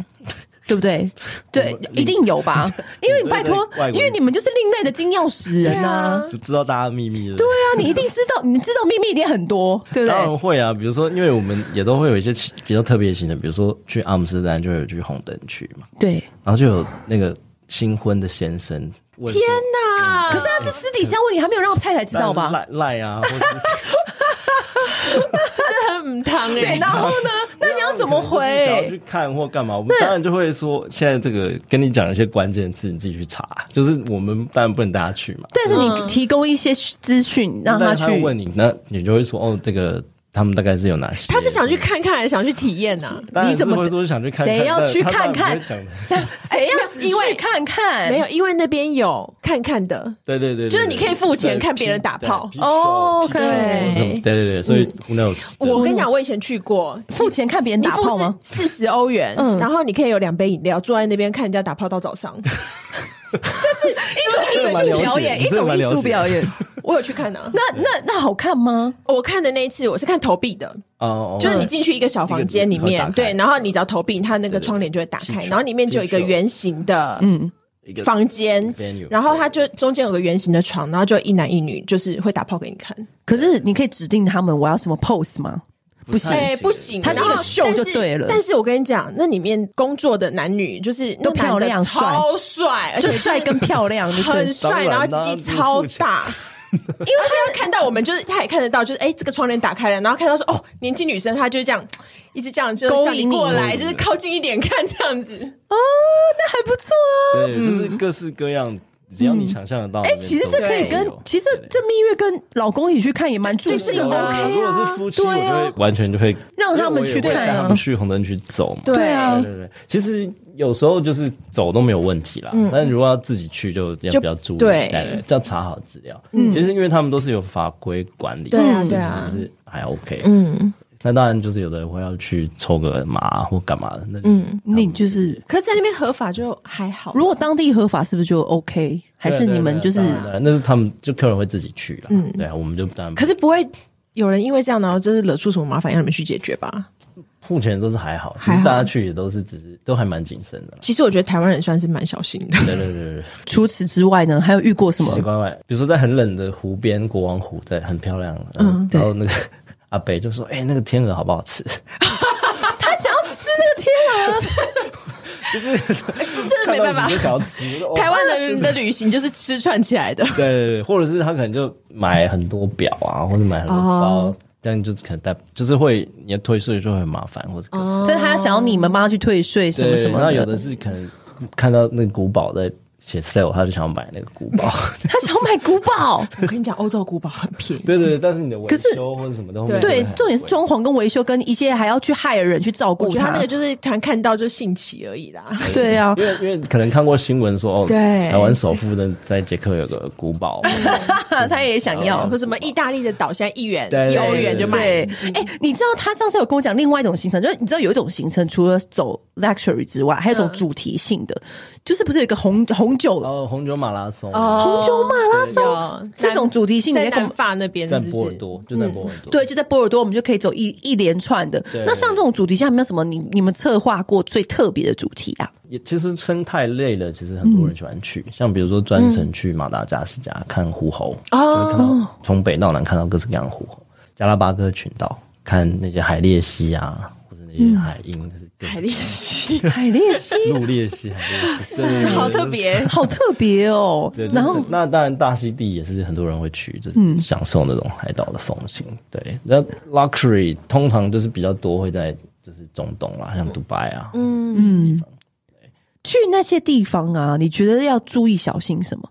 [SPEAKER 2] 对不对？对，一定有 吧？因为你拜托
[SPEAKER 1] 领队外国，人
[SPEAKER 2] 因为你们就是另类的金钥匙人啊。
[SPEAKER 1] 就知道大家的秘密了。
[SPEAKER 2] 对啊，你一定知道，你知道秘密一定很多，对不
[SPEAKER 1] 当
[SPEAKER 2] 对
[SPEAKER 1] 然？会啊，比如说，因为我们也都会有一些其比较特别型的，比如说去阿姆斯特丹就有去红灯区嘛，
[SPEAKER 2] 对。
[SPEAKER 1] 然后就有那个新婚的先生问说，天嗯
[SPEAKER 3] 那
[SPEAKER 2] 可是他是私底下问你，还没有让太太知道吧？
[SPEAKER 1] 赖赖啊， 或者是
[SPEAKER 3] 这 很汤
[SPEAKER 2] 对，
[SPEAKER 3] 哎
[SPEAKER 2] 然，后呢？那你要怎么
[SPEAKER 1] 可能就是想要
[SPEAKER 2] 回
[SPEAKER 1] 去？看或干嘛？我们当然就会说，现在这个跟你讲一些关键字，你自己去查。就是我们当然不能大家去嘛，
[SPEAKER 2] 但是你提供一些资讯让
[SPEAKER 1] 但
[SPEAKER 2] 他
[SPEAKER 1] 是他
[SPEAKER 2] 去
[SPEAKER 1] 会问你，那你就会说哦，这个他们大概是有哪些？
[SPEAKER 3] 他是想去看看，还是想去体验啊呐？
[SPEAKER 1] 当然
[SPEAKER 2] 你怎么
[SPEAKER 1] 是会说想去看看？
[SPEAKER 2] 谁要去
[SPEAKER 1] 但他
[SPEAKER 2] 看
[SPEAKER 1] 当
[SPEAKER 2] 看
[SPEAKER 1] 然不会讲的？
[SPEAKER 2] 谁 谁要仔
[SPEAKER 3] 因为
[SPEAKER 2] 细看看？
[SPEAKER 3] 没有，因为那边有看看的，
[SPEAKER 1] 对对对，
[SPEAKER 3] 就是你可以付钱
[SPEAKER 1] 对
[SPEAKER 3] 看别人打炮哦嗯
[SPEAKER 1] 对
[SPEAKER 2] 哦
[SPEAKER 1] 啤酒
[SPEAKER 2] OK
[SPEAKER 1] 啤酒对对对，所以 who knows？
[SPEAKER 3] 我跟你讲，我以前去过。
[SPEAKER 2] 付钱看别人
[SPEAKER 3] 你
[SPEAKER 2] 嗯打炮
[SPEAKER 3] 付
[SPEAKER 2] 吗？
[SPEAKER 3] 是四十欧元，
[SPEAKER 2] 嗯
[SPEAKER 3] 然后你可以有两杯饮料，坐在那边看人家打炮到早上，
[SPEAKER 2] 就是一种艺术表演，一
[SPEAKER 1] 这个
[SPEAKER 2] 种
[SPEAKER 1] 蛮
[SPEAKER 2] 艺
[SPEAKER 1] 了解
[SPEAKER 2] 术表演。
[SPEAKER 3] 我有去看啊。
[SPEAKER 2] 那那那好看吗？
[SPEAKER 3] 我看的那一次，我是看投币的，
[SPEAKER 1] 哦，
[SPEAKER 3] 就是你进去一个小房间里
[SPEAKER 1] 一个
[SPEAKER 3] 面
[SPEAKER 1] 门，会打开
[SPEAKER 3] 对，然后你只要投币，它那个窗帘就会打
[SPEAKER 1] 进
[SPEAKER 3] 开，
[SPEAKER 1] 去
[SPEAKER 3] 然后里面就有一个
[SPEAKER 1] 进去
[SPEAKER 3] 圆形的
[SPEAKER 2] 嗯，
[SPEAKER 1] 一个
[SPEAKER 3] 房间，
[SPEAKER 1] venue，
[SPEAKER 3] 然后它就中间有个圆形的床，然后就一男一女，就是会打炮给你看。
[SPEAKER 2] 可是你可以指定他们我要什么 pose 吗？
[SPEAKER 1] 不
[SPEAKER 2] 行
[SPEAKER 3] 哎、不行，
[SPEAKER 2] 它是一个
[SPEAKER 3] 然后
[SPEAKER 2] 秀
[SPEAKER 3] 但
[SPEAKER 2] 就是对了
[SPEAKER 3] 但是我跟你讲，那里面工作的男女就是那
[SPEAKER 2] 都漂亮
[SPEAKER 3] 男的超帅，而且
[SPEAKER 2] 就帅跟漂亮，你
[SPEAKER 3] 很帅，
[SPEAKER 1] 当
[SPEAKER 3] 然后
[SPEAKER 1] 然啦
[SPEAKER 3] 鸡鸡超大。 因为他看到我们，就是他也看得到，就是哎、这个窗帘打开了，然后看到说哦，年轻女生，她就是这样，一直这样，就是
[SPEAKER 2] 勾
[SPEAKER 3] 叫你
[SPEAKER 2] 引你
[SPEAKER 3] 过来，就是靠近一点看这样子。
[SPEAKER 2] 那还不错啊。
[SPEAKER 3] 嗯
[SPEAKER 1] 对，就是各式各样，只要你想象得到的
[SPEAKER 2] 哎、
[SPEAKER 1] 那种都有。
[SPEAKER 2] 其实这可以跟
[SPEAKER 1] 对，
[SPEAKER 2] 其实这蜜月跟老公一起去看也蛮助
[SPEAKER 3] 对这
[SPEAKER 2] 兴的、
[SPEAKER 3] 个都 OK 啊
[SPEAKER 1] 如果是夫妻，我
[SPEAKER 2] 对
[SPEAKER 1] 就
[SPEAKER 2] 啊
[SPEAKER 1] 会完全就会
[SPEAKER 2] 让他们去
[SPEAKER 1] 因为我也
[SPEAKER 2] 看
[SPEAKER 1] 会
[SPEAKER 2] 啊
[SPEAKER 1] 带他们去红灯区走嘛。
[SPEAKER 2] 对啊
[SPEAKER 1] 对对对，其实有时候就是走都没有问题啦，但如果要自己去就要
[SPEAKER 3] 就
[SPEAKER 1] 比较注意，
[SPEAKER 3] 嗯对嗯
[SPEAKER 1] 对，要查好资料。其实因为他们都是有法规管理，
[SPEAKER 3] 对啊
[SPEAKER 1] 所以
[SPEAKER 3] 对啊
[SPEAKER 1] 其实还 OK。
[SPEAKER 3] 嗯，
[SPEAKER 1] 那当然就是有的人会要去抽个麻或干嘛的，那
[SPEAKER 2] 你就是，
[SPEAKER 3] 可是在那边合法就还好。
[SPEAKER 2] 如果当地合法是不是就 OK？还是你们就是
[SPEAKER 1] 对啊对啊对啊那是他们就客人会自己去了，对啊，我们就当然
[SPEAKER 3] 可是不会有人因为这样，然后就是惹出什么麻烦，让你们去解决吧？
[SPEAKER 1] 目前都是还好，其
[SPEAKER 3] 还
[SPEAKER 1] 实
[SPEAKER 3] 好
[SPEAKER 1] 大家去也都是只是都还蛮谨慎的啦。
[SPEAKER 3] 其实我觉得台湾人算是蛮小心的。
[SPEAKER 1] 对对对对，
[SPEAKER 2] 除此之外呢，还有遇过什么
[SPEAKER 1] 奇？怪怪，比如说在很冷的湖边，国王湖，对，很漂亮。嗯，然后那个阿北就说：“哎、那个天鹅好不好吃
[SPEAKER 2] 他想要吃那个天鹅，就是这这？”
[SPEAKER 1] 看到你就想要吃。哦
[SPEAKER 3] 台湾人的旅行就是吃串起来的。
[SPEAKER 1] 对对对，或者是他可能就买很多表啊，或者买很多包，
[SPEAKER 3] 哦
[SPEAKER 1] 这样就是可能带，就是会你要退税就会很麻烦，或者
[SPEAKER 3] 嗯
[SPEAKER 1] 各种
[SPEAKER 2] 但是他想要你们帮他去退税什么什么
[SPEAKER 1] 对然后
[SPEAKER 2] 的，
[SPEAKER 1] 有的是可能看到那个古堡在写 sale，他就想要买那个古 堡。
[SPEAKER 2] 他想要买古堡。
[SPEAKER 3] 我跟你讲，欧洲古堡很便宜。
[SPEAKER 1] 对对对，但是你的维
[SPEAKER 2] 可是
[SPEAKER 1] 修或者什么都
[SPEAKER 3] 对
[SPEAKER 2] 对，重点是装潢跟维修跟一些还要去害人去照
[SPEAKER 3] 我
[SPEAKER 2] 顾
[SPEAKER 3] 觉得他那个就是突然看到就兴起而已啦。
[SPEAKER 2] 对啊，
[SPEAKER 1] 因为因为可能看过新闻说，哦，
[SPEAKER 3] 对
[SPEAKER 1] 台湾首富的在捷克有个古 堡，
[SPEAKER 2] 他也想要
[SPEAKER 3] 或。什么意大利的岛，现在一元
[SPEAKER 1] 对
[SPEAKER 3] 一欧
[SPEAKER 1] 对
[SPEAKER 3] 元就买。嗯
[SPEAKER 2] 对，哎、你知道他上次有跟我讲另外一种行程，就是你知道有一种行程，除了走 luxury 之外，还有一
[SPEAKER 3] 嗯
[SPEAKER 2] 种主题性的，就是不是有一个红红酒、
[SPEAKER 1] 然后红酒马拉松
[SPEAKER 3] 哦
[SPEAKER 2] 红酒马拉松
[SPEAKER 3] 有
[SPEAKER 2] 这种主题性的
[SPEAKER 3] 在
[SPEAKER 2] 要干
[SPEAKER 3] 南
[SPEAKER 2] 嘛？
[SPEAKER 3] 法那边
[SPEAKER 1] 在
[SPEAKER 3] 是不
[SPEAKER 1] 波尔
[SPEAKER 3] 是？
[SPEAKER 1] 多，就在波尔多，
[SPEAKER 2] 对，就在波尔多，我们就可以走一一连串的。
[SPEAKER 1] 对
[SPEAKER 2] 那像这种主题下，有没有什么你你们策划过最特别的主题 啊？
[SPEAKER 1] 也其实生态类的，其实很多人喜欢
[SPEAKER 3] 嗯
[SPEAKER 1] 去，像比如说专程去马达加斯加看狐猴，
[SPEAKER 3] 哦
[SPEAKER 1] 就是看到从北到南看到各式各样的狐猴，加拉巴哥群岛看那些海鬣蜥啊，或者那
[SPEAKER 3] 嗯
[SPEAKER 1] 些海鹰，就是各式
[SPEAKER 3] 海力士，
[SPEAKER 2] 海鬣蜥
[SPEAKER 1] 陆鬣蜥、海鬣蜥， 对
[SPEAKER 3] 好特。别。
[SPEAKER 2] 好特别哦
[SPEAKER 1] 对，。
[SPEAKER 2] 然
[SPEAKER 1] 然
[SPEAKER 2] 后
[SPEAKER 1] 后那当然大溪地也是很多人会去，就是享受那种海岛的风情。对，那 luxury 通常就是比较多会在就是中东啦，像杜拜啊，
[SPEAKER 2] 嗯，去那些地方啊，你觉得要注意小心什么？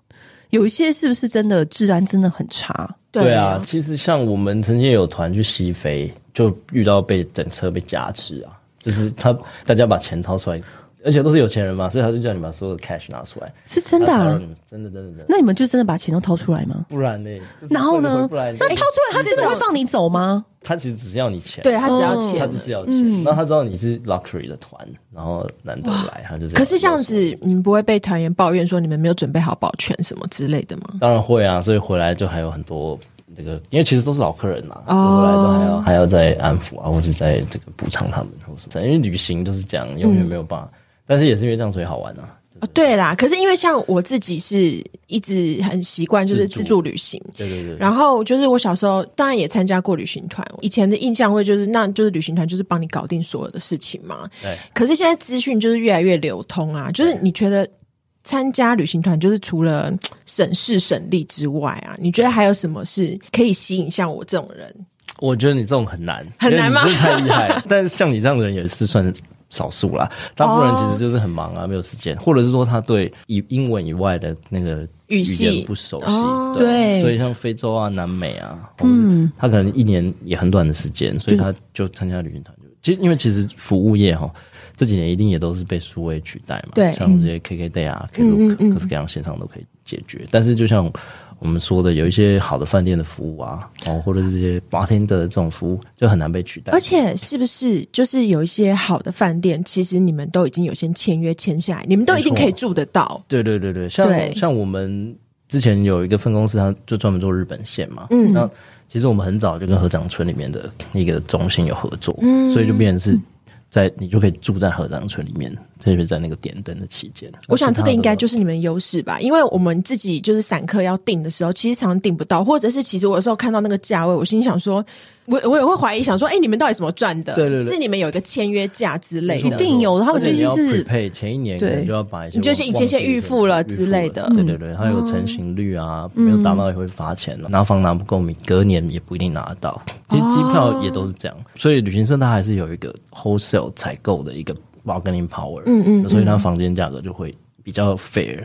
[SPEAKER 2] 有一些是不是真的治安真的很差？
[SPEAKER 1] 对啊，，其实像我们曾经也有团去西非，就遇到被整车被夹持啊，就是他大家把钱掏出来，而且都是有钱人嘛，所以他就叫你把所有的 cash 拿出来，
[SPEAKER 2] 是真的、
[SPEAKER 1] 他才
[SPEAKER 2] 啊
[SPEAKER 1] 让你？们真的真的真的，
[SPEAKER 2] 那你们就真的把钱都掏出来吗？
[SPEAKER 1] 不然呢？就是
[SPEAKER 2] 然后呢
[SPEAKER 1] 不然你
[SPEAKER 2] 那掏出来，他真的会放你走吗？
[SPEAKER 1] 他其实只是要你钱，
[SPEAKER 3] 对他只要
[SPEAKER 1] 他
[SPEAKER 3] 钱
[SPEAKER 1] 就。是要
[SPEAKER 3] 嗯
[SPEAKER 1] 钱，那他知道你是 luxury 的团，然后难得来，他就是要。
[SPEAKER 3] 可是这样
[SPEAKER 1] 要
[SPEAKER 3] 子，嗯，不会被团员抱怨说你们没有准备好保全什么之类的吗？
[SPEAKER 1] 说，当然会啊，所以回来就还有很多那个，因为其实都是老客人呐、啊，
[SPEAKER 3] 哦
[SPEAKER 1] 回来都还要还要再安抚啊，或是再这个补偿他们或什么，因为旅行就是这样，永远没有办
[SPEAKER 3] 嗯
[SPEAKER 1] 法。但是也是因为这样所以好玩啊，
[SPEAKER 3] 哦，对啦，可是因为像我自己是一直很习惯就是
[SPEAKER 1] 自助
[SPEAKER 3] 自助旅行，
[SPEAKER 1] 对对对。
[SPEAKER 3] 然后就是我小时候当然也参加过旅行团，以前的印象会就是那就是旅行团就是帮你搞定所有的事情嘛。
[SPEAKER 1] 对。
[SPEAKER 3] 可是现在资讯就是越来越流通啊，就是你觉得参加旅行团就是除了嗯省事省力之外啊，你觉得还有什么是可以吸引像我这种人？
[SPEAKER 1] 我觉得你这种很难，
[SPEAKER 3] 很难吗
[SPEAKER 1] 因为你真的太厉 害了。但是像你这样的人也是算少数啦，大部分人其实就是很忙啊，没有时间，或者是说他对以英文以外的那个
[SPEAKER 3] 语系
[SPEAKER 1] 言不熟悉，
[SPEAKER 3] 哦
[SPEAKER 2] 对
[SPEAKER 1] 所以像非洲啊、南美啊，嗯，他可能一年也很短的时间，所以他就参加旅行团。就其实因为其实服务业哈，这几年一定也都是被数位取代嘛，
[SPEAKER 3] 对嗯
[SPEAKER 1] 像这些 KKday 啊、Klook 各式各样线上都可以解决，但是就像。我们说的有一些好的饭店的服务啊，哦，或者是这些 bartender 的这种服务，就很难被取代。
[SPEAKER 3] 而且是不是就是有一些好的饭店，其实你们都已经有先签约签下来，你们都一定
[SPEAKER 1] 没
[SPEAKER 3] 可
[SPEAKER 1] 错
[SPEAKER 3] 以住得到。
[SPEAKER 1] 对对对对，像
[SPEAKER 3] 对
[SPEAKER 1] 像我们之前有一个分公司，它就专门做日本线嘛。
[SPEAKER 3] 嗯
[SPEAKER 1] 那其实我们很早就跟合掌村里面的一个中心有合作，嗯、所以就变成是在你就可以住在合掌村里面，特别在那个点灯的期间。
[SPEAKER 3] 我想这个应该就是是你们优势吧，因为我们自己就是散客要订的时候，其实常常订不到，或者是其实我有时候看到那个价位，我心想说，我我也会怀疑想说，哎、你们到底怎么赚的？
[SPEAKER 1] 对对对
[SPEAKER 3] 是你们有一个签约价之类
[SPEAKER 2] 一
[SPEAKER 3] 的。
[SPEAKER 2] 定有他们
[SPEAKER 1] 而且你要
[SPEAKER 2] 就是
[SPEAKER 1] prepay 前一年可能
[SPEAKER 2] 对
[SPEAKER 1] 就要把一些
[SPEAKER 3] 你就是
[SPEAKER 1] 忘
[SPEAKER 3] 已经先
[SPEAKER 1] 忘记的
[SPEAKER 3] 预付了
[SPEAKER 1] 东西
[SPEAKER 3] 之
[SPEAKER 1] 预付
[SPEAKER 3] 类
[SPEAKER 1] 了
[SPEAKER 3] 的
[SPEAKER 1] 对对对，它有成型率啊，没有达到也会罚钱啊，拿房拿不够，你隔年也不一定拿得到。其实机票也都是这样，所以旅行社它还是有一个 wholesale 采购的一个 bargaining power，嗯嗯，所以它房间价格就会比较 fair。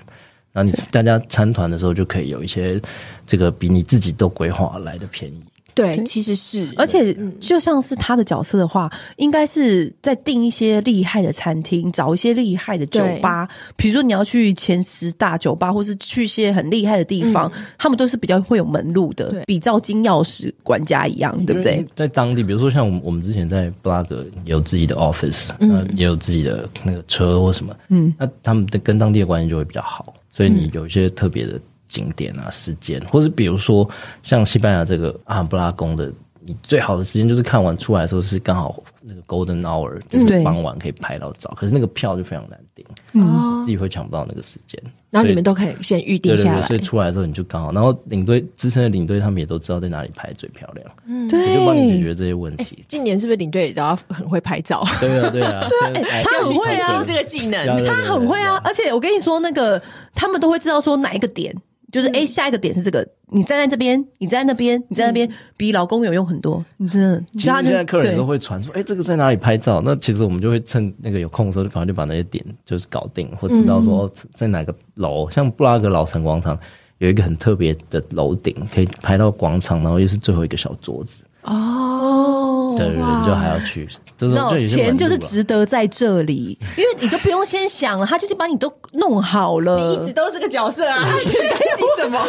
[SPEAKER 1] 然后你大家参团的时候，就可以有一些这个比你自己都规划来的便宜。
[SPEAKER 3] 对，其实是，
[SPEAKER 2] 而且，
[SPEAKER 1] 嗯
[SPEAKER 2] 就像是他的角色的话，应该是在订一些厉害的餐厅，找一些厉害的酒吧，比如说你要去前十大酒吧，或是去一些很厉害的地方，他们都是比较会有门路
[SPEAKER 3] 对
[SPEAKER 2] 的，比照金钥匙管家一样，对不对？？
[SPEAKER 1] 在当地，比如说像我们我们之前在布拉格有自己的 office，嗯，也有自己的那个车或什么，嗯，那他们的跟当地的关系就会比较好，所以你有一些特别的景点啊、时间，或是比如说像西班牙这个阿罕布拉宫的。你最好的时间就是看完出来的时候是刚好那个 golden hour，就是
[SPEAKER 2] 对
[SPEAKER 1] 傍晚可以拍到照，可是那个票就非常难订，
[SPEAKER 3] 哦
[SPEAKER 1] 自，己会抢不到那个时间。
[SPEAKER 3] 然后你
[SPEAKER 1] 所
[SPEAKER 3] 们
[SPEAKER 1] 以
[SPEAKER 3] 都可以先预定
[SPEAKER 1] 对对
[SPEAKER 3] 下
[SPEAKER 1] 对，
[SPEAKER 3] 来
[SPEAKER 1] 所以。出来的时候你就刚好，然后领队资深的领队他们也都知道在哪里拍最漂亮，
[SPEAKER 2] 对，
[SPEAKER 1] 我就帮你解决这些问题。
[SPEAKER 3] 今年是不是领队都要很会拍照？
[SPEAKER 1] 对啊，对啊，对啊
[SPEAKER 2] 他很会啊
[SPEAKER 3] 要去精进这个技能。
[SPEAKER 2] 他很会啊，，而且我跟你说，那个他们都会知道说哪一个点，就是
[SPEAKER 1] 嗯
[SPEAKER 2] 哎、诶下一个点是这个，你站在这边，你站在那边，你站在那边，比老公有用很多，你真的。
[SPEAKER 1] 嗯其实
[SPEAKER 2] 他就
[SPEAKER 1] 现在客人
[SPEAKER 2] 对
[SPEAKER 1] 都会传说，哎，这个在哪里拍照？那其实我们就会趁那个有空的时候，就赶快就把那些点就是搞定，或知道
[SPEAKER 2] 嗯
[SPEAKER 1] 说哦在哪个楼，像布拉格老城广场。有一个很特别的楼顶，可以拍到广场，然后又是最后一个小桌子，
[SPEAKER 3] 哦，
[SPEAKER 1] 对对对，你就还要去，就是就有
[SPEAKER 2] 那
[SPEAKER 1] 一些
[SPEAKER 2] 钱
[SPEAKER 1] 门路
[SPEAKER 2] 就是
[SPEAKER 1] 啊
[SPEAKER 2] 值得在这里，因为你都不用先想了，他就是把你都弄好
[SPEAKER 3] 你
[SPEAKER 2] 了
[SPEAKER 3] 一直。都是个角色啊，你担心什 么？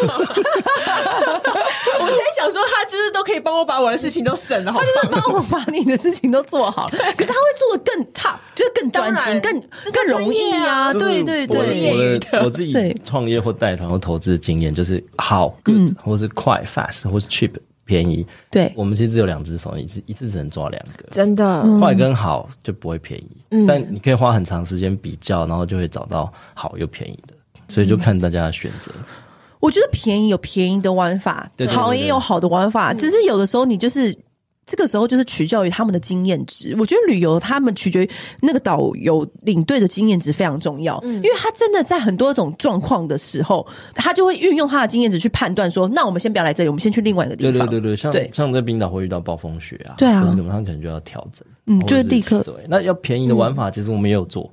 [SPEAKER 3] 我在想说，他就是都可以帮我把我的事情都省了，好
[SPEAKER 2] 他就是
[SPEAKER 3] 棒。
[SPEAKER 2] 帮我把你的事情都做 好，可是他会做的更 top，就是更专
[SPEAKER 3] 当
[SPEAKER 2] 精、
[SPEAKER 3] 然
[SPEAKER 2] 更
[SPEAKER 3] 这叫
[SPEAKER 2] 更容易啊！
[SPEAKER 1] 就是
[SPEAKER 2] 对对
[SPEAKER 1] 我的
[SPEAKER 2] 对，
[SPEAKER 1] 我的我自
[SPEAKER 2] 对嗯
[SPEAKER 1] 己创业或带团或投资的经验就是好 good，、或是快 fast，或是 cheap 便宜。
[SPEAKER 2] 对
[SPEAKER 1] 我们其实只有两只手，一次一次只能抓两个。
[SPEAKER 3] 真的，
[SPEAKER 2] 嗯
[SPEAKER 1] 快跟好就不会便宜，但你可以花很长时间比较，然后就会找到好又便宜的，所以就看大家的选择。
[SPEAKER 2] 我觉得便宜有便宜的玩法，
[SPEAKER 1] 对对对
[SPEAKER 2] 好
[SPEAKER 1] 对
[SPEAKER 2] 也有好的玩法，只是有的时候你就是。这个时候就是取决于他们的经验值。我觉得旅游他们取决于那个导游领队的经验值非常重要，因为他真的在很多种状况的时候，他就会运用他的经验值去判断说，那我们先不要来这里，我们先去另外一个地
[SPEAKER 1] 对
[SPEAKER 2] 方。
[SPEAKER 1] 对对对，像
[SPEAKER 2] 对
[SPEAKER 1] 像在冰岛会遇到暴风雪啊，
[SPEAKER 2] 对啊
[SPEAKER 1] 或是可能他可能就要调整，
[SPEAKER 2] 嗯
[SPEAKER 1] 或者
[SPEAKER 2] 就立刻嗯
[SPEAKER 1] 对。那要便宜的玩法，其实我们也有做，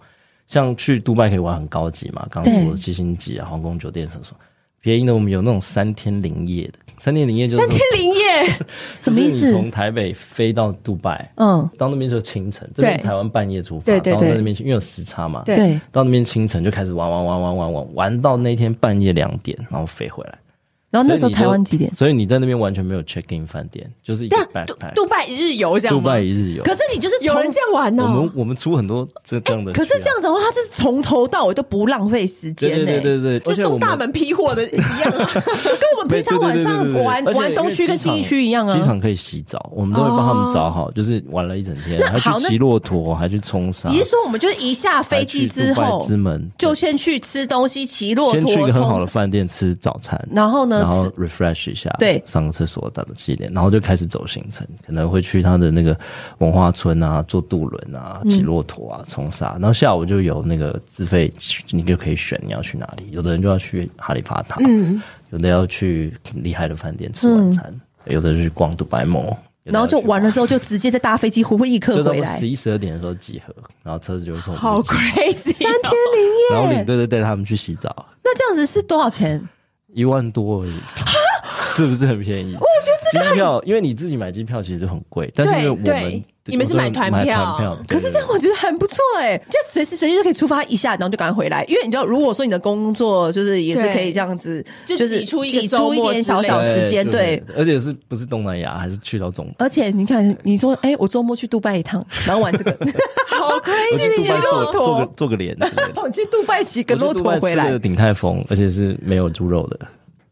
[SPEAKER 1] 像去杜拜可以玩很高级嘛，刚刚说
[SPEAKER 2] 对
[SPEAKER 1] 的七星级啊、皇宫酒店什么什么。便宜的我们有那种三天零夜的，三天零夜就是
[SPEAKER 3] 三天零夜，
[SPEAKER 2] 什么意
[SPEAKER 1] 就是
[SPEAKER 2] 思
[SPEAKER 1] 你？从台北飞到杜拜，
[SPEAKER 2] 嗯，
[SPEAKER 1] 到那边就清晨，这边
[SPEAKER 3] 对
[SPEAKER 1] 台湾半夜出发，
[SPEAKER 3] 对对
[SPEAKER 1] 到
[SPEAKER 3] 对
[SPEAKER 1] 那边去，因为有时差嘛，
[SPEAKER 3] 对
[SPEAKER 2] 对，
[SPEAKER 1] 到那边清晨就开始玩玩玩玩玩玩，玩到那天半夜两点，然后飞回来。
[SPEAKER 2] 然后啊那时
[SPEAKER 1] 所以
[SPEAKER 2] 候
[SPEAKER 1] 你
[SPEAKER 2] 台湾
[SPEAKER 1] 都
[SPEAKER 2] 几点？啊
[SPEAKER 1] 所以你在那边完全没有 check in 饭店，就是一个
[SPEAKER 3] 但啊杜
[SPEAKER 1] backpack。
[SPEAKER 3] 杜拜一日游这样
[SPEAKER 1] 杜
[SPEAKER 3] 吗？
[SPEAKER 1] 拜一日游，
[SPEAKER 2] 可是你就是
[SPEAKER 3] 有人
[SPEAKER 2] 从
[SPEAKER 3] 这样玩哦
[SPEAKER 1] 我
[SPEAKER 3] 呢、
[SPEAKER 1] 们我们出很多这这样的去
[SPEAKER 2] 哦哎可
[SPEAKER 1] 啊、
[SPEAKER 2] 是这样子的话，他是从头到尾都不浪费时间
[SPEAKER 1] 对
[SPEAKER 2] 呢、
[SPEAKER 1] 对对对对，
[SPEAKER 3] 就
[SPEAKER 1] 而且
[SPEAKER 3] 东
[SPEAKER 1] 我
[SPEAKER 3] 大
[SPEAKER 1] 们。
[SPEAKER 3] 门批货 的一样啊。
[SPEAKER 2] 就跟我们平常晚上玩
[SPEAKER 1] 而且
[SPEAKER 2] 玩
[SPEAKER 1] 因
[SPEAKER 2] 东
[SPEAKER 1] 为
[SPEAKER 2] 区跟
[SPEAKER 1] 机场
[SPEAKER 2] 新一区一样啊。
[SPEAKER 1] 机场可以洗澡，我们都会帮他们找好，就是玩了一整天，还
[SPEAKER 2] 好
[SPEAKER 1] 去
[SPEAKER 2] 那
[SPEAKER 1] 骑骆驼，还去冲沙，
[SPEAKER 2] 你是说我们就是一下
[SPEAKER 1] 还
[SPEAKER 2] 飞
[SPEAKER 1] 啊
[SPEAKER 2] 机
[SPEAKER 1] 去杜
[SPEAKER 2] 之
[SPEAKER 1] 拜
[SPEAKER 2] 后，
[SPEAKER 1] 之门
[SPEAKER 2] 就先去吃东西、骑骆
[SPEAKER 1] 先
[SPEAKER 2] 驼、
[SPEAKER 1] 去一个很好的
[SPEAKER 2] 冲
[SPEAKER 1] 饭店吃早餐，
[SPEAKER 2] 然后呢
[SPEAKER 1] 然后
[SPEAKER 2] 吃
[SPEAKER 1] refresh 一下，
[SPEAKER 2] 对
[SPEAKER 1] 上个厕所打个洗脸，然后就开始走行程，可能会去他的那个文化村啊，坐渡轮啊，
[SPEAKER 2] 嗯
[SPEAKER 1] 骑骆驼啊，冲沙，然后下午就有那个自费，你就可以选你要去哪里，有的人就要去哈利法塔，嗯，有的要去厉害的饭店吃晚餐，有的是去逛杜白梦，有的
[SPEAKER 2] 嗯然后就
[SPEAKER 1] 要去
[SPEAKER 2] 完了之后就直接在搭飞机会立刻
[SPEAKER 1] 就差
[SPEAKER 2] 回
[SPEAKER 1] 不多
[SPEAKER 2] 来
[SPEAKER 1] 十。一十二点的时候集合，然后车子就会送我们
[SPEAKER 3] 好
[SPEAKER 1] 去集合
[SPEAKER 3] crazy！三啊天
[SPEAKER 1] 然后领队就带他们去洗澡，
[SPEAKER 2] 那这样子是多少钱？
[SPEAKER 1] 一万多而已，是不是很便宜？
[SPEAKER 2] 哦我觉得这
[SPEAKER 1] 机票，因为你自己买机票其实很贵，但是因为我
[SPEAKER 3] 对对
[SPEAKER 1] 们
[SPEAKER 3] 你们是买团
[SPEAKER 1] 买
[SPEAKER 3] 票
[SPEAKER 1] 团票的，
[SPEAKER 2] 可是这样我觉得很不错哎、就随时随地就可以出发一下，然后就赶快回来。因为你知道，如果说你的工作就是也是
[SPEAKER 3] 对
[SPEAKER 2] 可以这样子，
[SPEAKER 3] 就是挤出一个
[SPEAKER 2] 挤
[SPEAKER 3] 周
[SPEAKER 2] 出一
[SPEAKER 3] 末
[SPEAKER 2] 点
[SPEAKER 3] 之
[SPEAKER 2] 小
[SPEAKER 3] 类
[SPEAKER 2] 小
[SPEAKER 3] 的
[SPEAKER 2] 时间，对。，
[SPEAKER 1] 而且是不是东南亚，还是去到中东？
[SPEAKER 2] 而且你看，你说哎、我周末去杜拜一趟，然后玩 这个，
[SPEAKER 3] 好
[SPEAKER 1] 啊我去
[SPEAKER 3] crazy！啊
[SPEAKER 1] 杜拜
[SPEAKER 2] 骆
[SPEAKER 1] 做
[SPEAKER 2] 驼
[SPEAKER 1] 做个做个脸之 类的，
[SPEAKER 2] 我去杜拜骑个骆
[SPEAKER 1] 我去杜拜
[SPEAKER 2] 驼回来
[SPEAKER 1] 吃了，鼎泰丰，而且是没有猪肉的，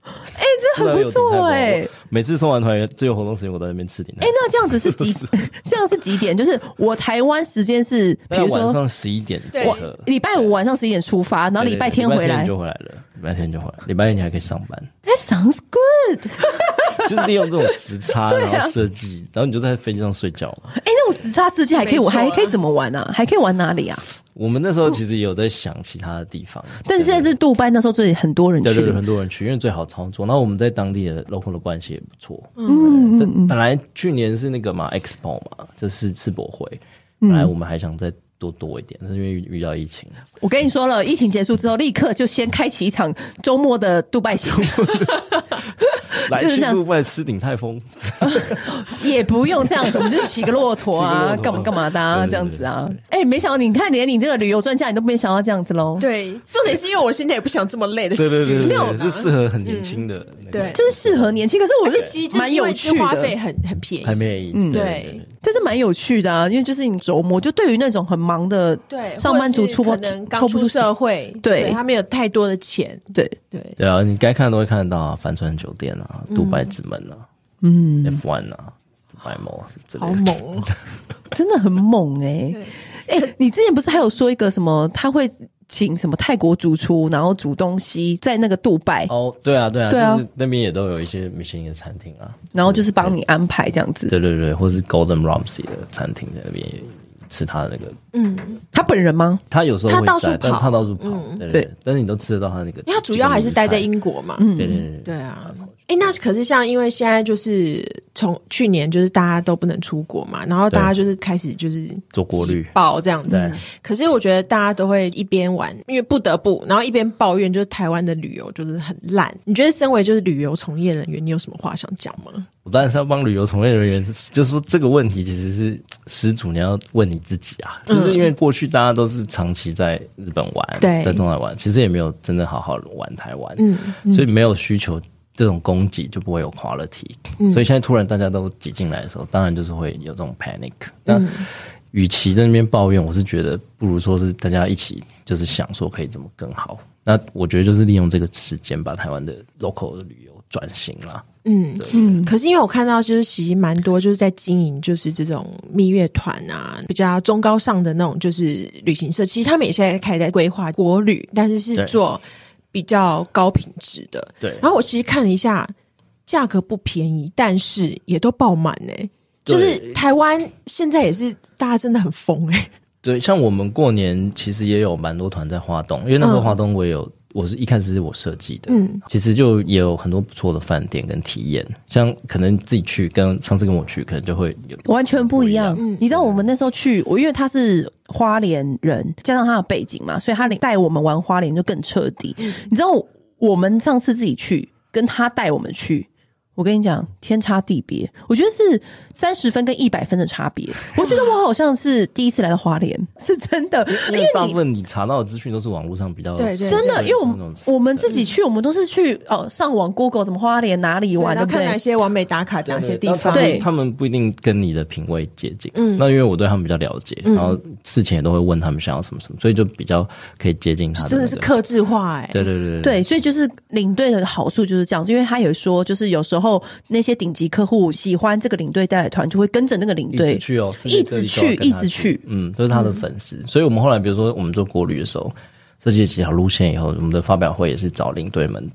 [SPEAKER 2] 哎、这 很不错哎、
[SPEAKER 1] 哎。我每次送完团员，只有活动时间我都在那边吃鼎泰
[SPEAKER 2] 哎、
[SPEAKER 1] 丰。
[SPEAKER 2] 那这样子是 几？ 这样是几点？就是我台湾时间是，比
[SPEAKER 1] 大概
[SPEAKER 2] 如
[SPEAKER 1] 晚
[SPEAKER 2] 说
[SPEAKER 1] 上十一点集
[SPEAKER 3] 对
[SPEAKER 1] 合，
[SPEAKER 2] 礼拜五晚上十一点出发，然后礼拜天
[SPEAKER 1] 对对
[SPEAKER 2] 回
[SPEAKER 1] 礼拜天
[SPEAKER 2] 来
[SPEAKER 1] 你。就回来了，礼拜天就回来，礼拜天你还可以上班，
[SPEAKER 2] That sounds good。
[SPEAKER 1] 就是利用这种时差，
[SPEAKER 2] 对啊
[SPEAKER 1] 然后设计，然后你就在飞机上睡觉。
[SPEAKER 2] 哎、那种时差设计还可以，
[SPEAKER 3] 没
[SPEAKER 2] 我
[SPEAKER 3] 错啊
[SPEAKER 2] 还可以怎么玩啊？还可以玩哪里啊？
[SPEAKER 1] 我们那时候其实也有在想其他的地方，
[SPEAKER 2] 但是现在是杜拜，那时候最很多人去
[SPEAKER 1] 对。对对，很多人去，因为最好操作。然后我们在当地的 local 的关系也不错。
[SPEAKER 2] 嗯，
[SPEAKER 1] 但本来去年是那个嘛 Expo 嘛，就是世博会，
[SPEAKER 2] 嗯
[SPEAKER 1] 本来我们还想再多多一点，但是因为遇遇到疫 情，
[SPEAKER 2] 我跟你说了，疫情结束之后，立刻就先开启一场周末的杜拜行，
[SPEAKER 1] 来
[SPEAKER 2] 就是
[SPEAKER 1] 去
[SPEAKER 2] 这样
[SPEAKER 1] 杜拜吃鼎泰丰，
[SPEAKER 2] 也不用这样子，我们就是骑个骆驼啊，
[SPEAKER 1] 骑个骆驼
[SPEAKER 2] 干嘛干嘛的啊，
[SPEAKER 1] 对对对
[SPEAKER 2] 这样子啊。哎、没想到你看，连你这个旅游专家，你都没想到这样子喽。
[SPEAKER 3] 对，重点是因为我现在也不想这么累的
[SPEAKER 1] 对对对
[SPEAKER 3] 没有
[SPEAKER 1] 对，
[SPEAKER 3] 啦
[SPEAKER 1] 是适合很年轻的那个，
[SPEAKER 3] 对
[SPEAKER 2] 就是适合年轻，可是我
[SPEAKER 3] 而
[SPEAKER 2] 是
[SPEAKER 3] 且其实就是
[SPEAKER 2] 蛮
[SPEAKER 3] 因
[SPEAKER 2] 有
[SPEAKER 3] 为
[SPEAKER 2] 趣
[SPEAKER 3] 花
[SPEAKER 2] 的，
[SPEAKER 3] 费很很便
[SPEAKER 1] 还
[SPEAKER 3] 宜，
[SPEAKER 1] 没
[SPEAKER 2] 嗯
[SPEAKER 1] 对
[SPEAKER 2] 这是蛮有趣的啊，因为就是你琢磨，就对于那种很忙的
[SPEAKER 3] 对，
[SPEAKER 2] 上班族出
[SPEAKER 3] 或
[SPEAKER 2] 不
[SPEAKER 3] 者是可能
[SPEAKER 2] 抽
[SPEAKER 3] 刚
[SPEAKER 2] 不
[SPEAKER 3] 出
[SPEAKER 2] 出时
[SPEAKER 3] 社会，
[SPEAKER 2] 对
[SPEAKER 3] 他没有太多的钱，
[SPEAKER 2] 对，
[SPEAKER 3] 对，
[SPEAKER 1] 对啊，你该看的都会看得到啊，帆船酒店啊，
[SPEAKER 3] 嗯
[SPEAKER 1] 杜拜之门啊，嗯，F1 啊。白某之类
[SPEAKER 3] 好
[SPEAKER 1] 的，
[SPEAKER 3] 猛哦，
[SPEAKER 2] 真的很猛哎、哎、你之前不是还有说一个什么，他会请什么泰国主厨，然后煮东西，在那个杜拜，
[SPEAKER 1] 哦，对啊，对啊，
[SPEAKER 2] 对啊
[SPEAKER 1] 就是那边也都有一些米其林的餐厅啊，
[SPEAKER 2] 然后就是帮你安排这样子。
[SPEAKER 1] 对对对，或是 Golden Ramsy 的餐厅在那边也吃他的那个，
[SPEAKER 2] 他本人吗？
[SPEAKER 1] 他有时候
[SPEAKER 3] 他
[SPEAKER 1] 会
[SPEAKER 3] 到处
[SPEAKER 1] 在但
[SPEAKER 3] 跑嗯
[SPEAKER 1] 他到处跑，对对
[SPEAKER 2] 对
[SPEAKER 1] 对，但是你都吃得到他那个，
[SPEAKER 3] 因为他主要还是待在英国嘛，嗯，
[SPEAKER 1] 对，对对对
[SPEAKER 3] 对啊，哎、那可是像因为现在就是从去年就是大家都不能出国嘛，然后大家就是开始就是
[SPEAKER 1] 做国旅
[SPEAKER 3] 起爆这样子
[SPEAKER 1] 对。
[SPEAKER 3] 可是我觉得大家都会一边玩，因为不得不，然后一边抱怨就是台湾的旅游就是很烂。你觉得身为就是旅游从业人员，你有什么话想讲吗？
[SPEAKER 1] 我当然是要帮旅游从业人员，就是说这个问题其实是失主你要问你自己啊，
[SPEAKER 3] 嗯
[SPEAKER 1] 就是因为过去大家都是长期在日本玩，
[SPEAKER 3] 对
[SPEAKER 1] 在中南玩，其实也没有真的好好玩台湾，
[SPEAKER 3] 嗯
[SPEAKER 1] 所以没有需求。这种供给就不会有 quality，、所以
[SPEAKER 3] 嗯
[SPEAKER 1] 现在突然大家都挤进来的时候，当然就是会有这种 panic。那
[SPEAKER 3] 嗯
[SPEAKER 1] 与其在那边抱怨，我是觉得不如说是大家一起就是想说可以怎么更好。那我觉得就是利用这个时间把台湾的 local 的旅游转型啦。
[SPEAKER 3] 嗯嗯。可是因为我看到就是其实蛮多就是在经营就是这种蜜月团啊，比较中高尚的那种就是旅行社，其实他们也现在开始在规划国旅，但是是
[SPEAKER 1] 对
[SPEAKER 3] 做比较高品质的。
[SPEAKER 1] 对，
[SPEAKER 3] 然后我其实看了一下，价格不便宜，但是也都爆满哎、就
[SPEAKER 1] 对
[SPEAKER 3] 是台湾现在也是大家真的很疯哎、
[SPEAKER 1] 对，像我们过年其实也有蛮多团在花东，因为那时候花东我也有，我是一开始是我设计的，
[SPEAKER 3] 嗯，
[SPEAKER 1] 其实就也有很多不错的饭店跟体验，像可能自己去跟上次跟我去，可能就会有
[SPEAKER 2] 完全不一样
[SPEAKER 1] 不。
[SPEAKER 2] 你知道我们那时候去，我因为他是花莲人，加上他的背景嘛，所以他带我们玩花莲就更彻底。你知道我们上次自己去，跟他带我们去。我跟你讲，天差地别，我觉得是三十分跟一百分的差别。我觉得我好像是第一次来到花莲，是真的，因为
[SPEAKER 1] 因为大
[SPEAKER 2] 你
[SPEAKER 1] 部分你查到的资讯都是网络上比较
[SPEAKER 3] 对对
[SPEAKER 2] 真的，因为我
[SPEAKER 1] 那
[SPEAKER 2] 们
[SPEAKER 1] 种
[SPEAKER 2] 我们自己去，我们都是去哦，上网 Google 怎么花莲哪里玩，对
[SPEAKER 3] 然后
[SPEAKER 2] 不
[SPEAKER 3] 看哪
[SPEAKER 2] 对？
[SPEAKER 3] 些完美打卡哪些地方，
[SPEAKER 1] 他们
[SPEAKER 2] 对
[SPEAKER 1] 他们不一定跟你的品味接近。
[SPEAKER 3] 嗯
[SPEAKER 1] 嗯，那因为我对他们比较了解，然后事前也都会问他们想要什么什么，所以就比较可以接近他的、那个。
[SPEAKER 3] 真的是克制化哎、
[SPEAKER 1] 对，对对对
[SPEAKER 2] 对，所以就是领队的好处就是这样子，因为他有说，就是有时候那些顶级客户喜欢这个领队带的团，就会跟着那个领
[SPEAKER 1] 一直
[SPEAKER 2] 队
[SPEAKER 1] 去哦，
[SPEAKER 2] 一直去，一直去。
[SPEAKER 1] 嗯，都是他的粉丝。所以我们后来，比如说我们做国旅的时候，设计了几条路线以后，我们的发表会也是找领队们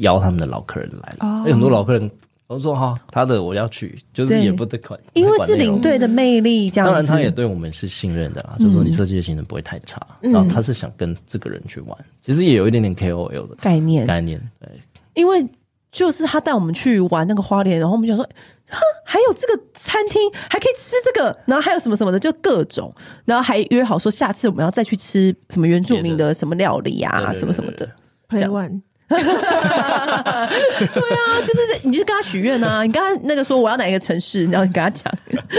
[SPEAKER 1] 邀他们的老客人来了，有、很多老客人都说哈，他的我要去，就是
[SPEAKER 2] 哦对
[SPEAKER 1] 也不得管，
[SPEAKER 2] 因为
[SPEAKER 1] 不管
[SPEAKER 2] 是
[SPEAKER 1] 内容
[SPEAKER 2] 领。队的魅力，这样子。嗯
[SPEAKER 1] 当然，他也对我们是信任的啦，就是说你设计的行程不会太差，然后他是想跟这个人去玩，其实也有一点点 KOL 的
[SPEAKER 2] 概念，
[SPEAKER 1] 概念，对，
[SPEAKER 2] 因为就是他带我们去玩那个花莲，然后我们想说，哼，还有这个餐厅还可以吃这个，然后还有什么什么的，就各种，然后还约好说下次我们要再去吃什么原住民
[SPEAKER 1] 别
[SPEAKER 2] 的什么料理啊，
[SPEAKER 1] 对对对
[SPEAKER 2] 什么什么的。
[SPEAKER 3] Play
[SPEAKER 2] 这样
[SPEAKER 3] One
[SPEAKER 2] 对啊，就是你就是跟他许愿啊， 你跟他那个说我要哪一个城市，然后你跟他讲，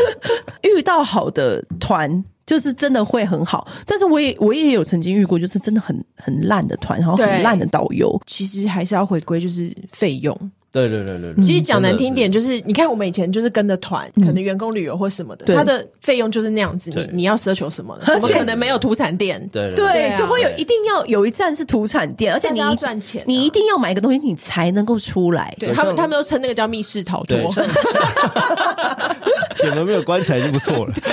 [SPEAKER 2] 遇到好的团。就是真的会很好，但是我也我也有曾经遇过，就是真的很很烂的团，然后
[SPEAKER 3] 对
[SPEAKER 2] 很烂的导游，
[SPEAKER 3] 其实还是要回归就是费用。
[SPEAKER 1] 对对对
[SPEAKER 2] 嗯
[SPEAKER 1] 对，
[SPEAKER 3] 其实讲难听点，就是你看我们以前就是跟着团，可能员工旅游或什么的，
[SPEAKER 2] 对
[SPEAKER 3] 它的费用就是那样子。你
[SPEAKER 1] 对
[SPEAKER 3] 你要奢求什么呢？怎么
[SPEAKER 2] 而且
[SPEAKER 3] 可能没有土产店？
[SPEAKER 1] 对
[SPEAKER 2] 对，
[SPEAKER 3] 对啊
[SPEAKER 2] 就会有
[SPEAKER 1] 对
[SPEAKER 2] 一定要有一站是土产店，而且
[SPEAKER 3] 大
[SPEAKER 2] 你
[SPEAKER 3] 家要
[SPEAKER 2] 一
[SPEAKER 3] 赚钱啊
[SPEAKER 2] 你一定要买一个东西，你才能够出来。
[SPEAKER 3] 对
[SPEAKER 1] 对
[SPEAKER 3] 他们，
[SPEAKER 1] 像
[SPEAKER 3] 他们都称那个叫密室逃脱。
[SPEAKER 1] 对， 像 铁门没有关起来就不错了。
[SPEAKER 2] 我有遇过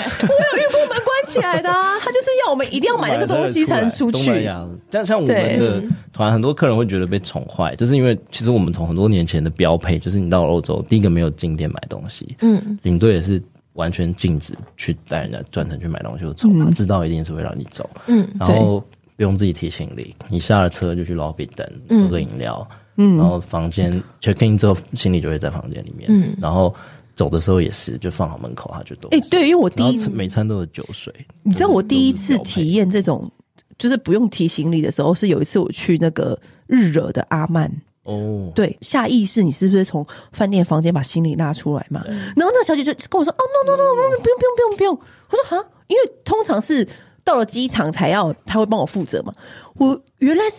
[SPEAKER 2] 门关起来的、啊，他就是要我们一定要买那个东西才能出
[SPEAKER 1] 东南
[SPEAKER 2] 去。
[SPEAKER 1] 亚，但像我们的团，很多客人会觉得被宠坏，就是因为其实我们从很多年前的标配，就是你到欧洲，第一个没有进店买东西，嗯，领队也是。完全禁止去带人家专程去买东西或走，
[SPEAKER 2] 嗯
[SPEAKER 1] 他知道一定是会让你走，嗯，然后不用自己提行李，你下了车就去 lobby 等喝个饮料，嗯，然后房间 check in 之后，行李就会在房间里面，嗯，然后走的时候也是就放好门口，他就都
[SPEAKER 2] 哎、对，因为我第
[SPEAKER 1] 然后
[SPEAKER 2] 一，
[SPEAKER 1] 每餐都有酒水，
[SPEAKER 2] 你知道我第一
[SPEAKER 3] 嗯
[SPEAKER 2] 次
[SPEAKER 1] 都是标配
[SPEAKER 2] 体验这种就是不用提行李的时候，是有一次我去那个日惹的阿曼。
[SPEAKER 1] 哦，
[SPEAKER 2] 对，下意识你是不是从饭店房间把行李拉出来嘛？然后那小姐就跟我说：“哦，no no no，no，不用不用不用不用。”我说：“哈，因为通常是到了机场才要，他会帮我负责嘛。”我原来是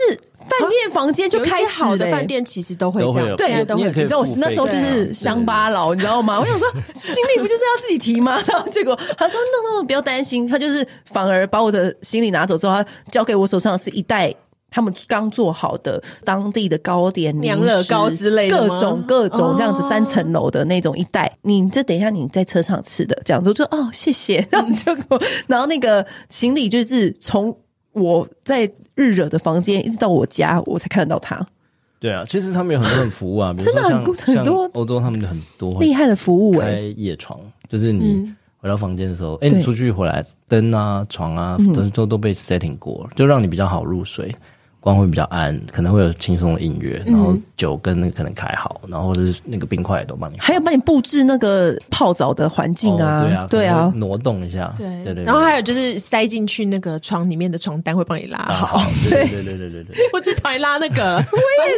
[SPEAKER 2] 饭店房间就
[SPEAKER 3] 有一
[SPEAKER 2] 开
[SPEAKER 3] 些
[SPEAKER 2] 始
[SPEAKER 3] 好的
[SPEAKER 2] 嘞
[SPEAKER 3] 饭。店其实都会
[SPEAKER 1] 都
[SPEAKER 3] 这
[SPEAKER 1] 会
[SPEAKER 3] 样，
[SPEAKER 1] 有
[SPEAKER 3] 现在
[SPEAKER 2] 对
[SPEAKER 3] 都
[SPEAKER 1] 你
[SPEAKER 3] 会
[SPEAKER 1] 也可
[SPEAKER 3] 这
[SPEAKER 1] 以
[SPEAKER 2] 你知道我
[SPEAKER 1] 付
[SPEAKER 2] 那
[SPEAKER 1] 费
[SPEAKER 2] 时候就
[SPEAKER 1] 的
[SPEAKER 2] 是乡巴佬，你知道吗？我想说，行李不就是要自己提吗？然后结果他说：“no no，不要担心。”他就是反而把我的行李拿走之后，他交给我手上的是一袋他们刚做好的当地的糕点、
[SPEAKER 3] 娘惹糕之类的
[SPEAKER 2] 各
[SPEAKER 3] 吗哦
[SPEAKER 2] 种各种这样子三层楼的那种一袋。你这等一下你在车上吃的，这样子我就哦谢谢。然后结果，然后那个行李就是从我在日惹的房间一直到我家，我才看得到他。
[SPEAKER 1] 对啊，其实他们有很多很 服务啊，比如
[SPEAKER 2] 真的
[SPEAKER 1] 说像
[SPEAKER 2] 很多很多
[SPEAKER 1] 像欧洲他们就很多
[SPEAKER 2] 厉
[SPEAKER 1] 会
[SPEAKER 2] 害的服务哎、
[SPEAKER 1] 开夜床，就是你回到房间的时候，哎，你
[SPEAKER 2] 对嗯
[SPEAKER 1] 出去回来灯啊、床啊，都都都被 setting 过了，就让你比较好入睡。光会比较暗，可能会有轻松的音乐，
[SPEAKER 2] 嗯
[SPEAKER 1] 然后酒跟那个可能开好，然后或者是那个冰块也都帮你
[SPEAKER 2] 还有帮你布置那个泡澡的环境啊，
[SPEAKER 1] 哦对啊，
[SPEAKER 2] 对
[SPEAKER 1] 可能
[SPEAKER 2] 啊
[SPEAKER 1] 会，挪动一下，
[SPEAKER 3] 样
[SPEAKER 1] 对对。
[SPEAKER 3] 然后还有就是塞进去那个床里面的床单会帮你拉
[SPEAKER 1] 啊
[SPEAKER 3] 好，
[SPEAKER 1] 好，对对对对对 对，
[SPEAKER 3] 我最讨厌拉那 个，我也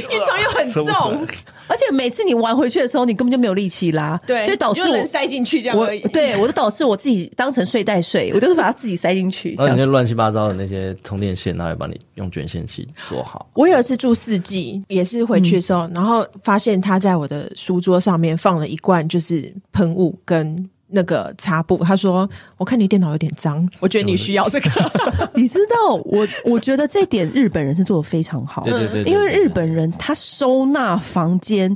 [SPEAKER 3] 是， 因为床又很
[SPEAKER 1] 撑不出
[SPEAKER 3] 重
[SPEAKER 1] 来，
[SPEAKER 2] 而且每次你玩回去的时候，你根本就没有力气拉，
[SPEAKER 3] 对，
[SPEAKER 2] 所以导
[SPEAKER 3] 你
[SPEAKER 2] 致
[SPEAKER 3] 就能
[SPEAKER 2] 我
[SPEAKER 3] 塞进去这样
[SPEAKER 2] 我
[SPEAKER 3] 而已。
[SPEAKER 2] 对我的导致我自己当成睡袋睡，我就是把它自己塞进去。
[SPEAKER 1] 然后
[SPEAKER 2] 这
[SPEAKER 1] 哦你
[SPEAKER 2] 样
[SPEAKER 1] 那乱七八糟的那些充电线，他会帮你用卷线器做好。
[SPEAKER 3] 我有一次住四季，也是回去的时候，然后发现他在我的书桌上面放了一罐就是喷雾跟那个擦布。他说：“我看你电脑有点脏，我觉得你需要 这个。
[SPEAKER 2] 你知道，我我觉得这点日本人是做的非常好，
[SPEAKER 1] 对对对对
[SPEAKER 2] 嗯因为日本人他收纳房间，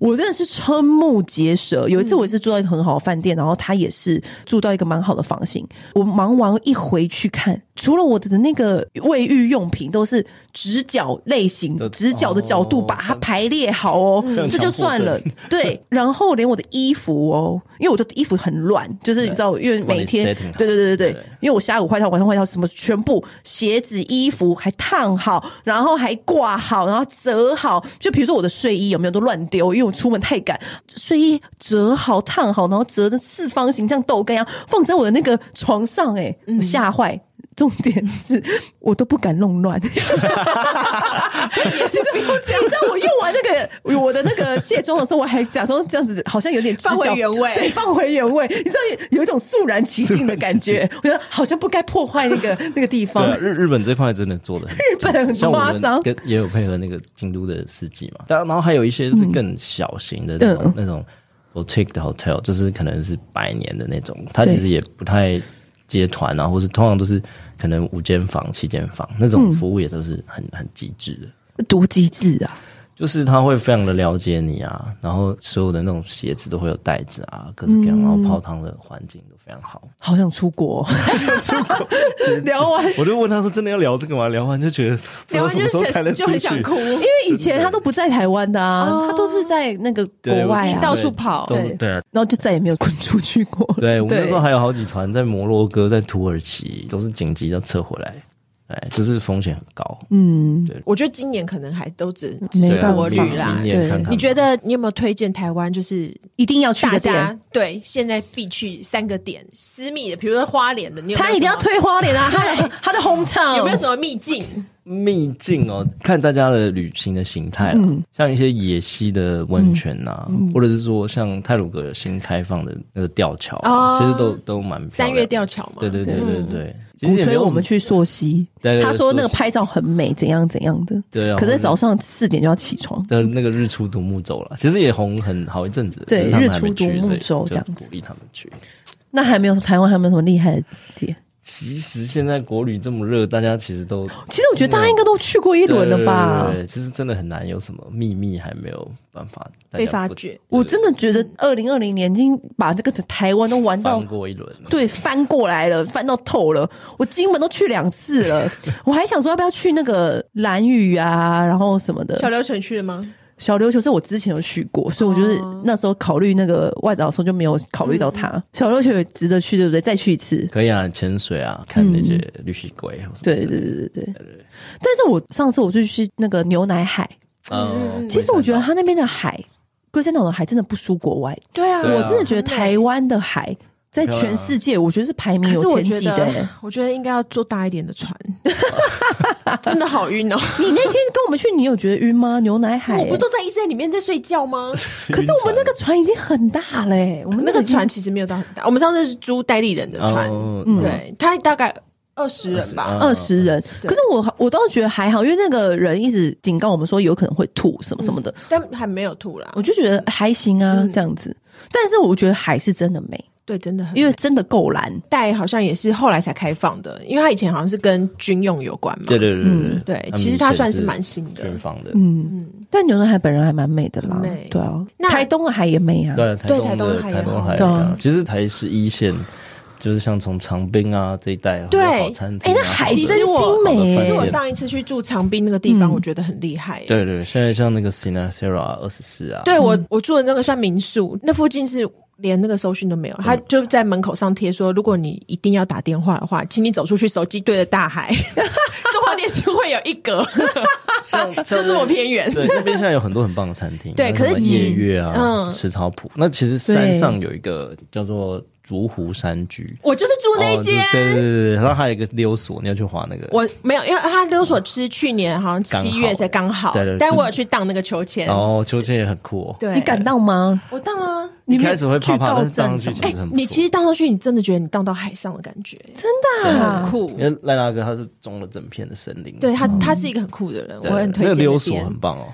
[SPEAKER 2] 我真的是瞠目结舌。有一次我也是住到一个很好的饭店，然后他也是住到一个蛮好的房型。我忙完一回去看，除了我的那个卫浴用品都是直角类型
[SPEAKER 1] 的、
[SPEAKER 2] 直角的角度
[SPEAKER 1] 哦
[SPEAKER 2] 把它排列好 哦，这就算了。对，然后连我的衣服哦，因为我的衣服很乱，就是你知道，因为
[SPEAKER 1] 帮你
[SPEAKER 2] 每天
[SPEAKER 1] setting 好
[SPEAKER 2] 对对对对
[SPEAKER 1] 对
[SPEAKER 2] 对，因为我下午外套、晚上外套什么全部鞋子、衣服还烫好，然后还挂好，然后折好。就比如说我的睡衣有没有都乱丢，因为我出门太赶，睡衣折好、烫好，然后折成四方形，像豆干一样放在我的那个床上、欸，哎，我吓坏。重点是我都不敢弄乱，也 是不要这样。你知道我用完那个我的那个卸妆的时候，我还假装这样子，好像有点直
[SPEAKER 3] 放回
[SPEAKER 2] 角
[SPEAKER 3] 原位
[SPEAKER 2] 对，放回原位。你知道有有一种肃然起敬的感觉，我觉得好像不该破坏那个那个地
[SPEAKER 1] 对
[SPEAKER 2] 方。
[SPEAKER 1] 啊，日日本这块真的做的很
[SPEAKER 2] 日本很
[SPEAKER 1] 像我
[SPEAKER 2] 夸张
[SPEAKER 1] 们，跟也有配合那个京都的四季嘛，啊当然然后还有一些就是更小型的那种、
[SPEAKER 2] 嗯
[SPEAKER 1] 那种 boutique 的 hotel，就是可能是百年的那种，它
[SPEAKER 2] 对
[SPEAKER 1] 其实也不太接团啊，或是通常都是可能五间房、七间房那种服务也都是很很极致的。
[SPEAKER 2] 多机智啊！
[SPEAKER 1] 就是他会非常的了解你啊，然后所有的那种鞋子都会有袋子啊，各式各样，然后泡汤的环境都非常好。
[SPEAKER 2] 好想出国， 聊完，因
[SPEAKER 1] 我就问他说：“真的要聊这个吗？”聊完就觉得不知道什么时候才能
[SPEAKER 3] 就
[SPEAKER 1] 出
[SPEAKER 3] 很
[SPEAKER 1] 去
[SPEAKER 3] 想。哭，
[SPEAKER 2] 为以前他都不在台湾的啊，他都是在那个国外
[SPEAKER 1] 对
[SPEAKER 2] 啊，
[SPEAKER 3] 到处跑
[SPEAKER 1] 都
[SPEAKER 2] 对
[SPEAKER 1] 对啊
[SPEAKER 2] 然后就再也没有滚出去过了。
[SPEAKER 1] 对，我们那时候
[SPEAKER 2] 对
[SPEAKER 1] 还有好几团在摩洛哥、在土耳其，都是紧急要撤回来。对，只是风险很高。
[SPEAKER 2] 嗯，
[SPEAKER 3] 我觉得今年可能还都只只
[SPEAKER 2] 没
[SPEAKER 3] 是
[SPEAKER 1] 对啊
[SPEAKER 2] 办
[SPEAKER 3] 过
[SPEAKER 2] 法
[SPEAKER 3] 滤
[SPEAKER 1] 明
[SPEAKER 3] 啦
[SPEAKER 1] 明。年
[SPEAKER 2] 对
[SPEAKER 1] 看看吧。
[SPEAKER 3] 你觉得你有没有推荐台湾就是
[SPEAKER 2] 一定要去
[SPEAKER 3] 大
[SPEAKER 2] 的店。
[SPEAKER 3] 家对现在必去三个点私密的，比如说花莲的，你有没有
[SPEAKER 2] 他一定要
[SPEAKER 3] 什么
[SPEAKER 2] 推花莲啊！他他的 hometown
[SPEAKER 3] 有没有什么秘境？
[SPEAKER 1] 秘境哦，看大家的旅行的形态了、
[SPEAKER 2] 嗯
[SPEAKER 1] 像一些野溪的温泉呐、或者是说像泰鲁阁新开放的那个吊桥、啊
[SPEAKER 3] 哦
[SPEAKER 1] 其实都都蛮漂亮的
[SPEAKER 3] 三月吊桥嘛，
[SPEAKER 1] 对对对对对，其
[SPEAKER 2] 鼓
[SPEAKER 1] 实也没
[SPEAKER 2] 吹
[SPEAKER 1] 有
[SPEAKER 2] 我们，去溯溪
[SPEAKER 1] 对对，对
[SPEAKER 2] 他说那个
[SPEAKER 1] 溯溪
[SPEAKER 2] 拍照很美，怎样怎样的。
[SPEAKER 1] 对啊，
[SPEAKER 2] 可是
[SPEAKER 1] 我们
[SPEAKER 2] 早上四点就要起床，
[SPEAKER 1] 的那个日出独木舟了，其实也红很好一阵子，
[SPEAKER 2] 对
[SPEAKER 1] 只是他们还没去
[SPEAKER 2] 日出独木舟
[SPEAKER 1] 所以
[SPEAKER 2] 这样子
[SPEAKER 1] 就鼓励他们去。
[SPEAKER 2] 那还没有台湾还没有什么厉害的点。
[SPEAKER 1] 其实现在国旅这么热，大家其实都
[SPEAKER 2] 其实我觉得大家应该都去过一轮了吧
[SPEAKER 1] 对？对对对其实真的很难有什么秘密还没有办法大家
[SPEAKER 3] 被发
[SPEAKER 1] 不
[SPEAKER 3] 掘。
[SPEAKER 2] 我真的觉得二零二零年已经把这个台湾都玩到
[SPEAKER 1] 翻过一轮了。
[SPEAKER 2] 对，翻过来了，翻到透了。我金门都去两次了， 我还想说要不要去那个蓝屿啊，然后什么
[SPEAKER 3] 小
[SPEAKER 2] 的。
[SPEAKER 3] 琉球去了吗？
[SPEAKER 2] 小琉球是我之前有去过，所以我就是
[SPEAKER 3] 哦
[SPEAKER 2] 那时候考虑那个外岛的时候就没有考虑到它。
[SPEAKER 3] 嗯
[SPEAKER 2] 小琉球也值得去，对不对？再去一次。
[SPEAKER 1] 可以啊，潜水啊，看那些绿蜥龟或什么之类
[SPEAKER 2] 对
[SPEAKER 1] 的。
[SPEAKER 2] 嗯对对对对。但是我上次我就去那个牛奶海，
[SPEAKER 1] 嗯，
[SPEAKER 2] 其实我觉得
[SPEAKER 1] 龟山岛
[SPEAKER 2] 它那边的海，龟山岛的海真的不输国外。
[SPEAKER 3] 对啊
[SPEAKER 1] 对
[SPEAKER 2] 我
[SPEAKER 1] 啊
[SPEAKER 2] 真的觉得台湾的海在
[SPEAKER 1] 漂亮
[SPEAKER 2] 全
[SPEAKER 1] 啊
[SPEAKER 2] 世界，我觉得是排名
[SPEAKER 3] 可
[SPEAKER 2] 有
[SPEAKER 3] 是我
[SPEAKER 2] 前
[SPEAKER 3] 觉
[SPEAKER 2] 几的、欸
[SPEAKER 3] 得，我觉得应该要坐大一点的船， 真的好晕哦！
[SPEAKER 2] 你那天跟我们去，你有觉得晕吗？牛奶海、
[SPEAKER 3] 我不都在一直在里面在睡觉吗？
[SPEAKER 2] 可是我们那个船已经很大了、欸，我们那
[SPEAKER 3] 那个
[SPEAKER 2] 个已经
[SPEAKER 3] 船其实没有到很大，我们上次是租代理人的船，
[SPEAKER 1] 哦
[SPEAKER 3] 对，它大概二十人吧。
[SPEAKER 1] 20
[SPEAKER 2] 二十人，可
[SPEAKER 1] 哦
[SPEAKER 2] 是我我倒觉得还好，因为那个人一直警告我们说有可能会吐什么什么的，
[SPEAKER 3] 但还没有吐啦，
[SPEAKER 2] 我就觉得还行啊、
[SPEAKER 3] 嗯
[SPEAKER 2] 这样子。但是我觉得海是真的美，
[SPEAKER 3] 对，真的很
[SPEAKER 2] 因为真的够蓝。
[SPEAKER 3] 带好像也是后来才开放的，因为它以前好像是跟军用有关嘛。
[SPEAKER 1] 对对对
[SPEAKER 2] 嗯
[SPEAKER 1] 对
[SPEAKER 3] 对
[SPEAKER 1] 对，
[SPEAKER 3] 其实它
[SPEAKER 1] 它
[SPEAKER 3] 算是蛮新的嗯
[SPEAKER 1] 军方的。
[SPEAKER 2] 但牛奶海本人还蛮美的啦
[SPEAKER 3] 很美，
[SPEAKER 2] 对啊，
[SPEAKER 3] 那
[SPEAKER 2] 台东的海也美啊，
[SPEAKER 1] 对，台
[SPEAKER 3] 对
[SPEAKER 1] 东的
[SPEAKER 3] 台东海
[SPEAKER 1] 台
[SPEAKER 3] 也
[SPEAKER 1] 东
[SPEAKER 3] 好
[SPEAKER 1] 海
[SPEAKER 2] 对啊
[SPEAKER 1] 啊，其实台是一线，就是像从长滨啊这一带很多
[SPEAKER 3] 对
[SPEAKER 1] 好餐厅
[SPEAKER 2] 哎、
[SPEAKER 1] 啊，
[SPEAKER 2] 那海
[SPEAKER 3] 其
[SPEAKER 2] 真
[SPEAKER 3] 实
[SPEAKER 2] 心
[SPEAKER 3] 我
[SPEAKER 2] 美、欸。
[SPEAKER 3] 其
[SPEAKER 1] 其
[SPEAKER 3] 实我
[SPEAKER 1] 对
[SPEAKER 3] 上一次去住长滨那个地方，我觉得很厉害、
[SPEAKER 1] 对对，现在像那个 Sinasera 二十四啊，
[SPEAKER 3] 对我我住的那个算民宿，那附近是连那个搜讯都
[SPEAKER 1] 嗯
[SPEAKER 3] 没有，他就在门口上贴说，如果你一定要打电话的话，请你走出去，手机对着大海， 中华电信会有一 格，就这么偏远。
[SPEAKER 1] 对，那边现在有很多很棒的餐厅，
[SPEAKER 3] 对
[SPEAKER 1] 像
[SPEAKER 3] 可是
[SPEAKER 1] 什么
[SPEAKER 3] 其实
[SPEAKER 1] 夜月啊，
[SPEAKER 3] 嗯
[SPEAKER 1] 吃草谱。那其实
[SPEAKER 2] 对
[SPEAKER 1] 山上有一个叫做竹湖山居，
[SPEAKER 3] 我就是住那一间
[SPEAKER 1] 哦，对对对对，然后还有一个溜索，你要去滑那个，
[SPEAKER 3] 我没有，因为他溜索是去年好像七月才刚好，
[SPEAKER 1] 刚好对对对
[SPEAKER 3] 但我有去荡那个秋千，
[SPEAKER 1] 然后秋千也很酷哦。
[SPEAKER 3] 对，
[SPEAKER 2] 你敢荡吗？
[SPEAKER 3] 我荡啊。
[SPEAKER 2] 你
[SPEAKER 1] 一
[SPEAKER 2] 没有
[SPEAKER 1] 开始会怕怕，但是
[SPEAKER 2] 去到
[SPEAKER 1] 上
[SPEAKER 2] 镇什
[SPEAKER 1] 去
[SPEAKER 2] 么
[SPEAKER 1] 其
[SPEAKER 3] 哎、
[SPEAKER 1] 实很不错。
[SPEAKER 3] 你其实荡上去，你真的觉得你荡到海上的感觉，真
[SPEAKER 2] 的啊
[SPEAKER 3] 很酷。
[SPEAKER 1] 因为赖拉哥他是中了整片的森林，
[SPEAKER 3] 对他，他是一个很酷的人，
[SPEAKER 1] 对，
[SPEAKER 3] 我很推
[SPEAKER 1] 那
[SPEAKER 3] 荐
[SPEAKER 1] 个溜
[SPEAKER 3] 那
[SPEAKER 1] 索
[SPEAKER 3] 边
[SPEAKER 1] 很。棒哦，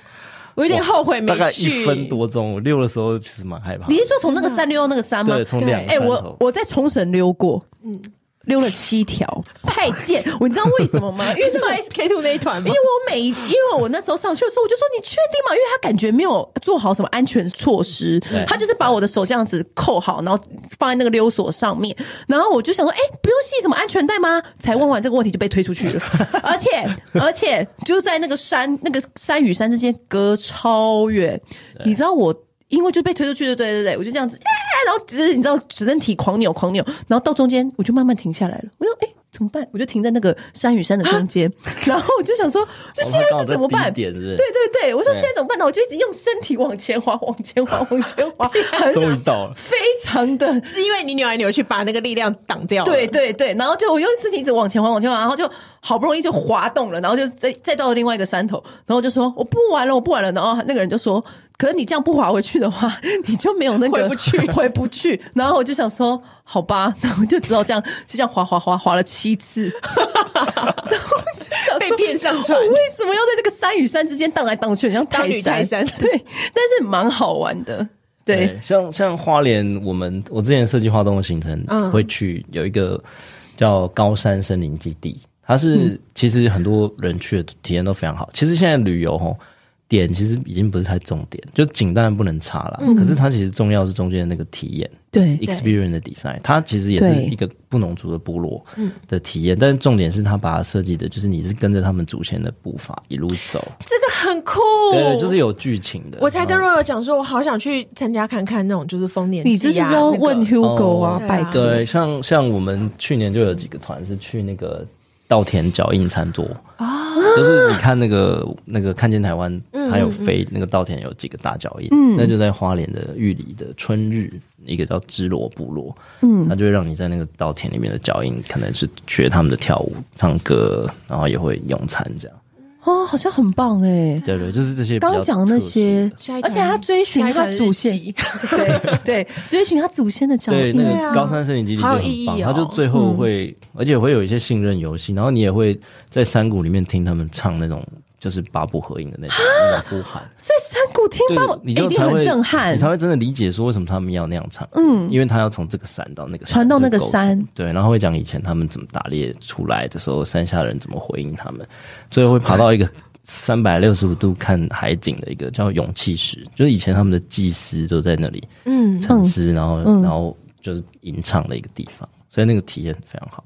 [SPEAKER 3] 我有点后悔没
[SPEAKER 1] 大概
[SPEAKER 3] 去，
[SPEAKER 1] 一分多钟，我溜的时候其实蛮害怕
[SPEAKER 2] 你。是说从那个山溜到那个山吗？
[SPEAKER 1] 对，从两个
[SPEAKER 2] 哎、
[SPEAKER 1] 山
[SPEAKER 2] 我
[SPEAKER 1] 头，
[SPEAKER 2] 我在冲绳溜过，嗯，溜了七条，太贱！ 我你知道为什么吗？因
[SPEAKER 3] 因
[SPEAKER 2] 为
[SPEAKER 3] 为
[SPEAKER 2] 是
[SPEAKER 3] 是 SK two 那一团
[SPEAKER 2] 因
[SPEAKER 3] 吗
[SPEAKER 2] 为？我每一因为我那时候上去的时候，我就说你确定吗？因为他感觉没有做好什么安全措施
[SPEAKER 1] 对，
[SPEAKER 2] 他就是把我的手这样子扣好，然后放在那个溜索上面，然后我就想说，哎、不用系什么安全带吗？才问完这个问题就被推出去了，而且而且就在那个山那个山与山之间隔超远，你知道我。因为就被推出去了，对对对，我就这样子，啊然后只是你知道，只身体狂扭狂扭，然后到中间我就慢慢停下来了，我就哎。怎么办？我就停在那个山与山的中 间，然后我就想说，这现在是怎么
[SPEAKER 1] 哦哦他刚好在
[SPEAKER 2] 办？
[SPEAKER 1] 低点是不是
[SPEAKER 2] 对对对，我说现在怎么办呢？我就一直用身体往前滑，往前滑，往前滑，很
[SPEAKER 1] 终于到了，
[SPEAKER 2] 非常的
[SPEAKER 3] 是因为你扭来扭去把那个力量挡掉了
[SPEAKER 2] 对对对，然后就我用身体一直往前滑，往前滑，然后就好不容易就滑动了，然后就再再到另外一个山头，然后我就说我不玩了，我不玩了。然后那个人就说，可是你这样不滑回去的话， 你就没有那个
[SPEAKER 3] 回不去
[SPEAKER 2] 回不去。然后我就想说，好吧， 然后就只好这样，就这样滑滑滑滑了七 次，然后就想说
[SPEAKER 3] 被骗上船
[SPEAKER 2] 我为什么要在这个山与山之间荡来荡去，很像
[SPEAKER 3] 当
[SPEAKER 2] 泰
[SPEAKER 3] 女泰山
[SPEAKER 2] 对，但是蛮好玩的，对，
[SPEAKER 1] 像像花莲，我们我之前设计花东的行程，
[SPEAKER 3] 嗯
[SPEAKER 1] 会去有一个叫高山森林基地，它
[SPEAKER 2] 嗯
[SPEAKER 1] 是、其实很多人去的体验都非常好。其实现在旅游吼。点其实已经不是太重点，就景当然不能差啦。可是它其实重要是中间的那个体验，
[SPEAKER 2] 嗯对
[SPEAKER 1] experience 的 design，它其实也是
[SPEAKER 2] 对嗯
[SPEAKER 1] 一个布农族的部落的体验，但是重点是它把它设计的，就是你是跟着他们祖先的步伐一路走，
[SPEAKER 3] 这个很酷。
[SPEAKER 2] 哦
[SPEAKER 1] 对，就是有剧情的。
[SPEAKER 3] 我才跟
[SPEAKER 1] 然后
[SPEAKER 3] 若友讲说，我好想去参加看看那种就是丰年祭啊
[SPEAKER 2] 你这就是要问
[SPEAKER 3] 那个
[SPEAKER 2] Hugo 啊，
[SPEAKER 3] 对啊
[SPEAKER 2] 拜托。
[SPEAKER 1] 对，像像我们去年就有几个团是去那个稻田脚印餐桌
[SPEAKER 2] 哦
[SPEAKER 1] 啊， 就是你看那个那个看见台湾，
[SPEAKER 2] 嗯
[SPEAKER 1] 它有飞那个稻田有几个大脚印，那就在花莲的玉里的春日一个叫芝罗部落，嗯，它就会让你在那个稻田里面的脚印，可能是学他们的跳舞、唱歌，然后也会用餐这样。
[SPEAKER 2] 哦，好像很棒哎。
[SPEAKER 1] 对对，就是这些比较
[SPEAKER 2] 刚刚讲那些
[SPEAKER 1] 特殊的，
[SPEAKER 3] 下一
[SPEAKER 2] 而
[SPEAKER 3] 团
[SPEAKER 2] 且他追寻
[SPEAKER 3] 下一
[SPEAKER 2] 他
[SPEAKER 3] 团日
[SPEAKER 2] 祖先
[SPEAKER 3] 期，
[SPEAKER 2] 对对，追寻他祖先的脚
[SPEAKER 1] 对，
[SPEAKER 2] 印。
[SPEAKER 1] 那
[SPEAKER 3] 对啊
[SPEAKER 1] 个高山森林基地就
[SPEAKER 3] 好有意
[SPEAKER 1] 很
[SPEAKER 3] 义
[SPEAKER 1] 棒，
[SPEAKER 3] 哦嗯
[SPEAKER 1] 它就最后会，而且会有一些信任游戏，然后你也会在山谷里面听他们唱那种就是八部合影的那种那种呼喊，
[SPEAKER 2] 在山谷听
[SPEAKER 1] 对
[SPEAKER 2] 到，，
[SPEAKER 1] 你
[SPEAKER 2] 一
[SPEAKER 1] 就
[SPEAKER 2] 定
[SPEAKER 1] 才
[SPEAKER 2] 很
[SPEAKER 1] 会
[SPEAKER 2] 震撼
[SPEAKER 1] 你。才会真的理解说为什么他们要那样唱，嗯，因为他要从这个山到那个山
[SPEAKER 2] 传到那个
[SPEAKER 1] 这沟
[SPEAKER 2] 山
[SPEAKER 1] 通，对，然后会讲以前他们怎么打猎出来的时候，山下人怎么回应他们，最后会爬到一个三百六十五度看海景的一个叫勇气石，就是以前他们的祭司都在那里，
[SPEAKER 3] 嗯，
[SPEAKER 1] 沉思，然后、然后就是吟唱的一个地方，所以那个体验非常好。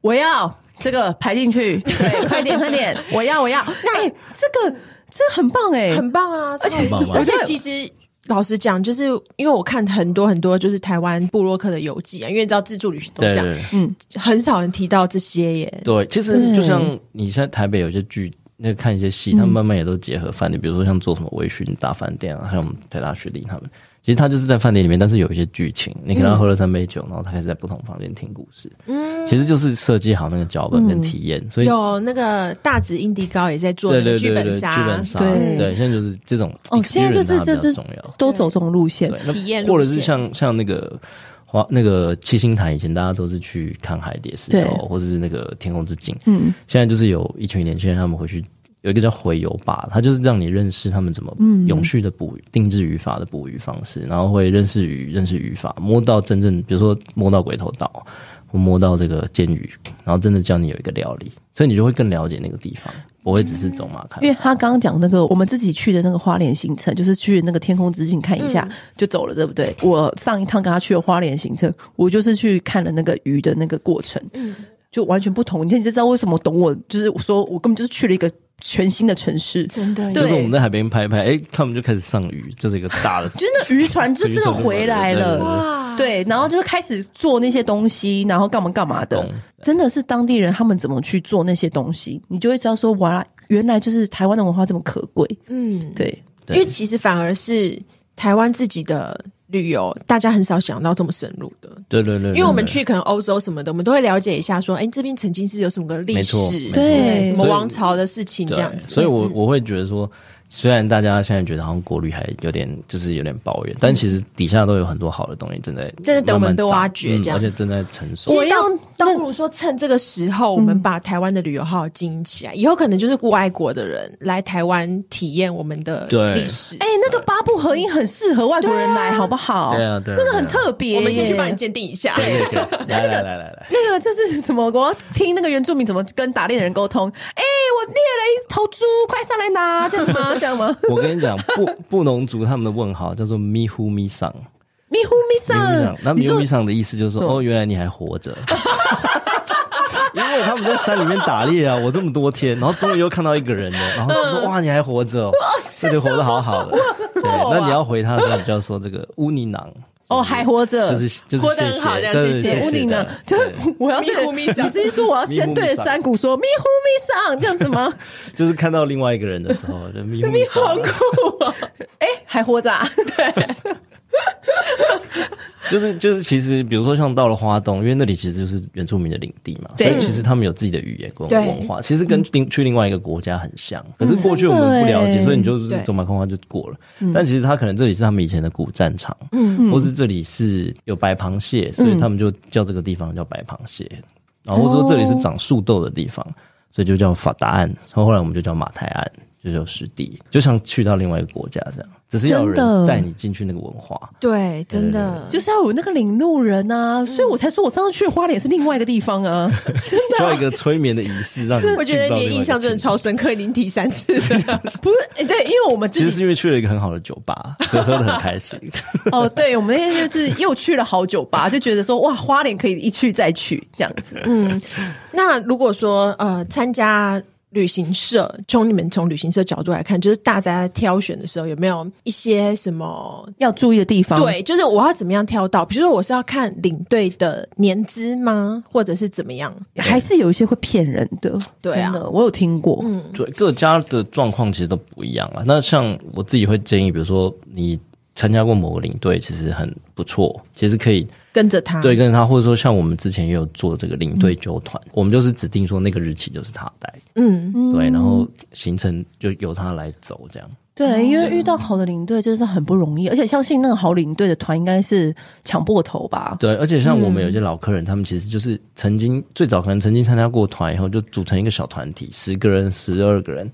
[SPEAKER 2] 我要这个排进去， 对，快点快点，我要我要。哎，这个这个很棒哎，
[SPEAKER 3] 很棒啊，而且
[SPEAKER 1] 嗯很棒吧
[SPEAKER 3] 而且其实。老实讲，就是因为我看很多很多就是台湾部落客的游记啊，因为你知道自助旅行都
[SPEAKER 1] 对
[SPEAKER 3] 这样，
[SPEAKER 1] 对
[SPEAKER 3] 很少人提到这些耶。
[SPEAKER 1] 对，其实就像你现在台北有些剧，那看一些戏，他们慢慢也都结合饭店，比如说像做什么微醺大饭店啊，还有我们台大学弟他们，其实他就是在饭店里面，但是有一些剧情，你可能他喝了三杯酒，然后他开始在不同房间听故事，嗯，其实就是设计好那个脚本跟体验，所以。
[SPEAKER 3] 有那个大直印第高也在做
[SPEAKER 1] 对
[SPEAKER 3] 那
[SPEAKER 1] 对
[SPEAKER 3] 个
[SPEAKER 1] 对
[SPEAKER 3] 剧
[SPEAKER 1] 对，
[SPEAKER 3] 本
[SPEAKER 1] 对
[SPEAKER 3] 杀，
[SPEAKER 1] 剧本杀，
[SPEAKER 2] 对
[SPEAKER 1] 对，现在就是这种 experience 啊，
[SPEAKER 2] 哦，现在就是这
[SPEAKER 1] 比较
[SPEAKER 2] 是
[SPEAKER 1] 重要，
[SPEAKER 2] 都走这种路线
[SPEAKER 1] 对，那
[SPEAKER 3] 体验路
[SPEAKER 1] 或者是
[SPEAKER 3] 线
[SPEAKER 1] 像像那个华那个七星潭，以前大家都是去看海蝶石
[SPEAKER 2] 对
[SPEAKER 1] 头，或者是那个天空之镜，嗯，现在就是有一群年轻人他们回去。有一个叫回游吧，它就是让你认识他们怎么永续的捕鱼、定制渔法的捕鱼方式，然后会认识鱼、认识渔法，摸到真正，比如说摸到鬼头岛，或摸到这个煎鱼，然后真的教你有一个料理，所以你就会更了解那个地方，不会只是走马看花。
[SPEAKER 2] 因为他刚刚讲那个我们自己去的那个花莲行程，就是去那个天空之镜看一下、就走了，对不对？我上一趟跟他去的花莲行程，我就是去看了那个鱼的那个过程，就完全不同。你现在知道为什么懂我？就是我说我根本就是去了一个全新的城市，
[SPEAKER 3] 真的
[SPEAKER 2] 对
[SPEAKER 1] 就是我们在海边拍一拍，哎、他们就开始上鱼，这、是一个大的
[SPEAKER 2] 就是那渔船就真的回来
[SPEAKER 1] 对对对对
[SPEAKER 2] 了。
[SPEAKER 3] 哇，
[SPEAKER 2] 对，然后就是开始做那些东西，然后干嘛干嘛的
[SPEAKER 1] 懂，
[SPEAKER 2] 真的是当地人他们怎么去做那些东西，你就会知道说，哇，原来就是台湾的文化这么可贵。
[SPEAKER 3] 嗯，
[SPEAKER 2] 对，
[SPEAKER 3] 因为其实反而是台湾自己的旅游，大家很少想到这么深入的。
[SPEAKER 1] 对对对，
[SPEAKER 3] 因为我们
[SPEAKER 1] 对
[SPEAKER 3] 去可能欧洲什么的，我们都会了解一下，说，哎、这边曾经是有什么个历
[SPEAKER 1] 没
[SPEAKER 3] 史
[SPEAKER 1] 错，没错
[SPEAKER 2] 对
[SPEAKER 3] 什么
[SPEAKER 1] 所以
[SPEAKER 3] 王朝的事情
[SPEAKER 1] 对
[SPEAKER 3] 这样子。嗯
[SPEAKER 1] 所以我我会觉得说，虽然大家现在觉得好像国旅还有点就是有点抱怨，但其实底下都有很多好的东西正在
[SPEAKER 3] 真的等我们
[SPEAKER 1] 慢慢
[SPEAKER 3] 被
[SPEAKER 1] 长
[SPEAKER 3] 挖掘
[SPEAKER 1] 嗯
[SPEAKER 3] 这样
[SPEAKER 1] 而且正在成 熟
[SPEAKER 3] 其。
[SPEAKER 2] 我
[SPEAKER 3] 实倒
[SPEAKER 2] 要
[SPEAKER 3] 倒不如说趁这个时候，我们把台湾的旅游好好经营起来。以后可能就是外国的人来台湾体验我们的
[SPEAKER 1] 对
[SPEAKER 3] 历史。
[SPEAKER 2] 哎、那个八部合音很适合外国人来，好不好？
[SPEAKER 1] 对啊对啊
[SPEAKER 2] 那个很
[SPEAKER 1] 对啊
[SPEAKER 2] 特别耶。
[SPEAKER 3] 我们先去帮你鉴定一下。
[SPEAKER 1] 对对对来来来来来，
[SPEAKER 2] 那个就是什么？我要听那个原住民怎么跟打猎的人沟通。哎、我猎了一头猪，快上来拿，这样子吗？这样吗？
[SPEAKER 1] 我跟你讲，布布农族他们的问号叫做咪呼咪上，
[SPEAKER 2] 迷糊迷
[SPEAKER 1] 咪呼咪
[SPEAKER 2] 上
[SPEAKER 1] 上，，那
[SPEAKER 2] 你
[SPEAKER 1] 咪呼
[SPEAKER 2] 说
[SPEAKER 1] 咪上的意思就是说，哦，原来你还活着。 因为他们在山里面打猎啊，我这么多天，然后终于又看到一个人了，然后就说哇，你还活着、哦，这就活得好好的。对，那你要回他的时候，你就要说这个乌尼囊，
[SPEAKER 2] 哦，还活着，
[SPEAKER 1] 就是就是
[SPEAKER 3] 活得很
[SPEAKER 1] 谢谢
[SPEAKER 3] 好这样谢
[SPEAKER 1] 对谢
[SPEAKER 3] 谢
[SPEAKER 2] 乌
[SPEAKER 1] 谢
[SPEAKER 2] 宁呢
[SPEAKER 1] 的，
[SPEAKER 2] 就是
[SPEAKER 1] 对
[SPEAKER 2] 我要对
[SPEAKER 3] 迷糊迷上
[SPEAKER 2] 你是说我要先对着山谷说迷糊迷上这样子吗？
[SPEAKER 1] 就是看到另外一个人的时候，就 咪咪
[SPEAKER 2] 你好酷啊！哎，还活着啊？
[SPEAKER 1] 就是就是，其实比如说像到了花东，因为那里其实就是原住民的领地嘛，所
[SPEAKER 2] 对
[SPEAKER 1] 以其实他们有自己的语言跟文化，其实跟另去另外一个国家很像。可是过去我们不了
[SPEAKER 2] 嗯真的
[SPEAKER 1] 解，
[SPEAKER 2] 欸嗯
[SPEAKER 1] 所以你就是
[SPEAKER 3] 对
[SPEAKER 1] 走马看花就过了。但其实他可能这里是他们以前的古战场，嗯，或是这里是有白螃蟹，所
[SPEAKER 2] 嗯
[SPEAKER 1] 以他们就叫这个地方叫白螃蟹，然后或者说这里是
[SPEAKER 2] 哦
[SPEAKER 1] 长树豆的地方，所以就叫法达岸。然后后来我们就叫马台岸。就叫湿地，就像去到另外一个国家这样，只是要有
[SPEAKER 2] 真的
[SPEAKER 1] 人带你进去那个文化。
[SPEAKER 3] 对，真
[SPEAKER 1] 对
[SPEAKER 3] 的
[SPEAKER 2] 就是要有那个领路人啊，所以我才说我上次去花莲是另外一个地方啊，真的
[SPEAKER 1] 需要一个催眠的仪 式，让你
[SPEAKER 3] 我觉得你的印象真的
[SPEAKER 1] 进
[SPEAKER 3] 超
[SPEAKER 1] 到另外一个境界。
[SPEAKER 3] 深刻，已经提三次 了。
[SPEAKER 2] 不是？哎对，因为我们
[SPEAKER 1] 其
[SPEAKER 2] 自
[SPEAKER 1] 实
[SPEAKER 2] 己
[SPEAKER 1] 是因为去了一个很好的酒吧，所以喝的很开 心。
[SPEAKER 2] 哦，对，我们那天就是又去了好酒吧，就觉得说哇，花嗯莲可以一去再去这样子。
[SPEAKER 3] 那如果说呃参加。旅行社，从你们从旅行社角度来看，就是大家挑选的时候有没有一些什么？
[SPEAKER 2] 要注意的地
[SPEAKER 1] 嗯
[SPEAKER 2] 方。，
[SPEAKER 3] 对，就是我要怎么样挑到？比如说我是要看领队的年资吗，或者是怎么样？
[SPEAKER 2] 还是有一些会骗人的。
[SPEAKER 3] 对啊
[SPEAKER 2] 真的，我有听过。
[SPEAKER 1] 对，各家的状况其实都不一样啊。那像我自己会建议，比如说你参加过某个领队，其实很不错，其实可以
[SPEAKER 3] 跟着他，
[SPEAKER 1] 对，跟着他，或者说像我们之前也有做这个领队纠团，我们就是指定说那个日期就是他带，
[SPEAKER 3] 嗯，
[SPEAKER 1] 对，然后行程就由他来走这样。
[SPEAKER 2] 对，因为遇到好的领队就是很不容易，而且相信那个好领队的团应该是抢破头吧。
[SPEAKER 1] 对，而且像我们有些老客人，他们其实就是曾经最早可能曾经参加过团，以后就组成一个小团体，十个人、十二个人，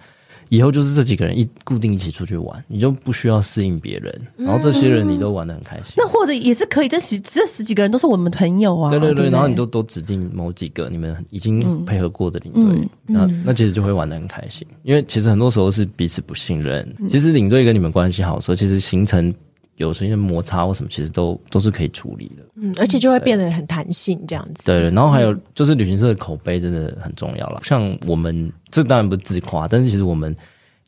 [SPEAKER 1] 以后就是这几个人一固定一起出去玩，你就不需要适应别人，然后这些人你都玩的很开心。
[SPEAKER 2] 那或者也是可以，这十这十几个人都是我们朋友啊。
[SPEAKER 1] 对对对，
[SPEAKER 2] 不
[SPEAKER 1] 然后你都都指定某几个你们已经配合过的领队，那那其实就会玩的很开心，因为其实很多时候是彼此不信任。其实领队跟你们关系好的时候，其实行程有时候因为摩擦或什么，其实都都是可以处理的。
[SPEAKER 3] 嗯，而且就会变得很弹性这样子。嗯
[SPEAKER 1] 对对，然后还有就是旅行社的口碑真的很重要了。像我们这当然不是自夸，但是其实我们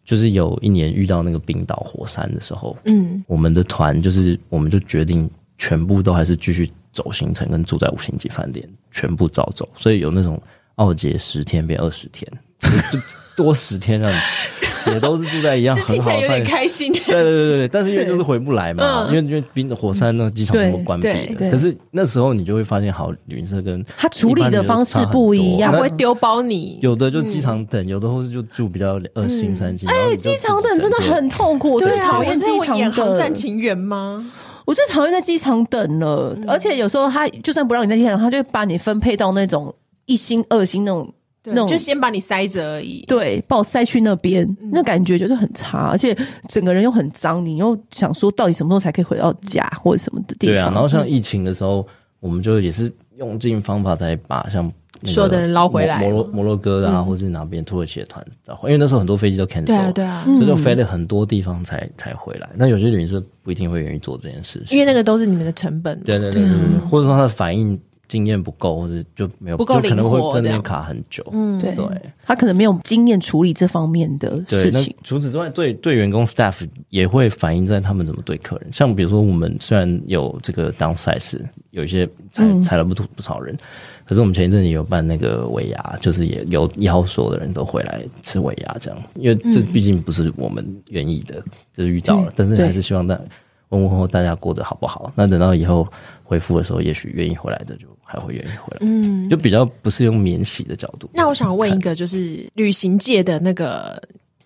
[SPEAKER 1] 就是有一年遇到那个冰岛火山的时候，
[SPEAKER 3] 嗯，
[SPEAKER 1] 我们的团就是我们就决定全部都还是继续走行程，跟住在五星级饭店，全部照走。所以有那种奥捷十天变二十天， 就就多十天让你也都是住在一样
[SPEAKER 3] 就
[SPEAKER 1] 很
[SPEAKER 3] 听起
[SPEAKER 1] 好
[SPEAKER 3] 来
[SPEAKER 1] 的
[SPEAKER 3] 有
[SPEAKER 1] 饭
[SPEAKER 3] 点
[SPEAKER 1] 店。
[SPEAKER 3] 开心。
[SPEAKER 1] 对对对对对，但是因为就是回不来嘛，
[SPEAKER 3] 嗯
[SPEAKER 1] 因为因为冰火山那个机场
[SPEAKER 2] 对
[SPEAKER 1] 全部关闭
[SPEAKER 3] 对
[SPEAKER 2] 对
[SPEAKER 1] 了。可是那时候你就会发现，好旅行社跟
[SPEAKER 2] 他处理的方式不一样
[SPEAKER 3] 他
[SPEAKER 1] 一般
[SPEAKER 2] 那
[SPEAKER 3] 不
[SPEAKER 1] 旅行社差很多
[SPEAKER 3] 会丢包你，
[SPEAKER 1] 有的就机场等，有的或是就住比较二星三星。哎，
[SPEAKER 2] 机场等真的很痛啊苦，我最
[SPEAKER 3] 啊
[SPEAKER 2] 讨厌机场
[SPEAKER 3] 航站
[SPEAKER 2] 等，
[SPEAKER 3] 情缘吗？
[SPEAKER 2] 我最讨厌在机场等了。
[SPEAKER 3] 嗯
[SPEAKER 2] 而且有时候他就算不让你在机场，他就会把你分配到那种一星、二星那种
[SPEAKER 3] 那
[SPEAKER 2] 那种
[SPEAKER 3] 就嗯先把你塞着而已。
[SPEAKER 2] 对，把我塞去那边，那感觉就是很差，而且整个人又很脏，你又想说到底什么时候才可以回到家
[SPEAKER 3] 嗯
[SPEAKER 2] 或者什么的地
[SPEAKER 1] 对
[SPEAKER 2] 方？
[SPEAKER 1] 啊。然后像疫情的时候，我们就也是用尽方法才把像那个
[SPEAKER 3] 所有的人捞回来
[SPEAKER 1] 摩摩洛摩洛哥的
[SPEAKER 2] 嗯
[SPEAKER 1] 啊，或是哪边土耳其的团找回来，因为那时候很多飞机都 cancel，
[SPEAKER 3] 对啊，对啊，
[SPEAKER 1] 所以就飞
[SPEAKER 2] 嗯
[SPEAKER 1] 了很多地方才才回来。那有些旅行社不一定会愿意做这件事
[SPEAKER 3] 因，
[SPEAKER 1] 情
[SPEAKER 3] 为那个都是你们的成本。啊
[SPEAKER 1] 对对对对对，或者说他的反应经验不够，或者就没有
[SPEAKER 3] 不够
[SPEAKER 1] 就可能
[SPEAKER 3] 灵
[SPEAKER 1] 会
[SPEAKER 3] 活
[SPEAKER 1] 在那
[SPEAKER 3] 这
[SPEAKER 1] 边
[SPEAKER 3] 样
[SPEAKER 1] 卡很久。
[SPEAKER 3] 嗯，
[SPEAKER 2] 对
[SPEAKER 1] 对。
[SPEAKER 2] 他可能没有经验处理这方面的
[SPEAKER 1] 对，
[SPEAKER 2] 事
[SPEAKER 1] 那
[SPEAKER 2] 情。
[SPEAKER 1] 除此之外，对对员工 staff 也会反映在他们怎么对客人。像比如说，我们虽然有这个 downsize，有一些裁
[SPEAKER 3] 嗯
[SPEAKER 1] 裁了不不少人，可是我们前一阵也有办那个尾牙，就是也有邀所有的人都回来吃尾牙，这样，因为这毕竟不是我们愿意的，就是遇到了，
[SPEAKER 3] 嗯
[SPEAKER 1] 但是还是希望大问问候大家过得好不好。那等到以后恢复的时候，也许愿意回来的就还会愿意回来，嗯，就比较不是用免洗的角度。
[SPEAKER 3] 那我想问一个，就是旅行界的那个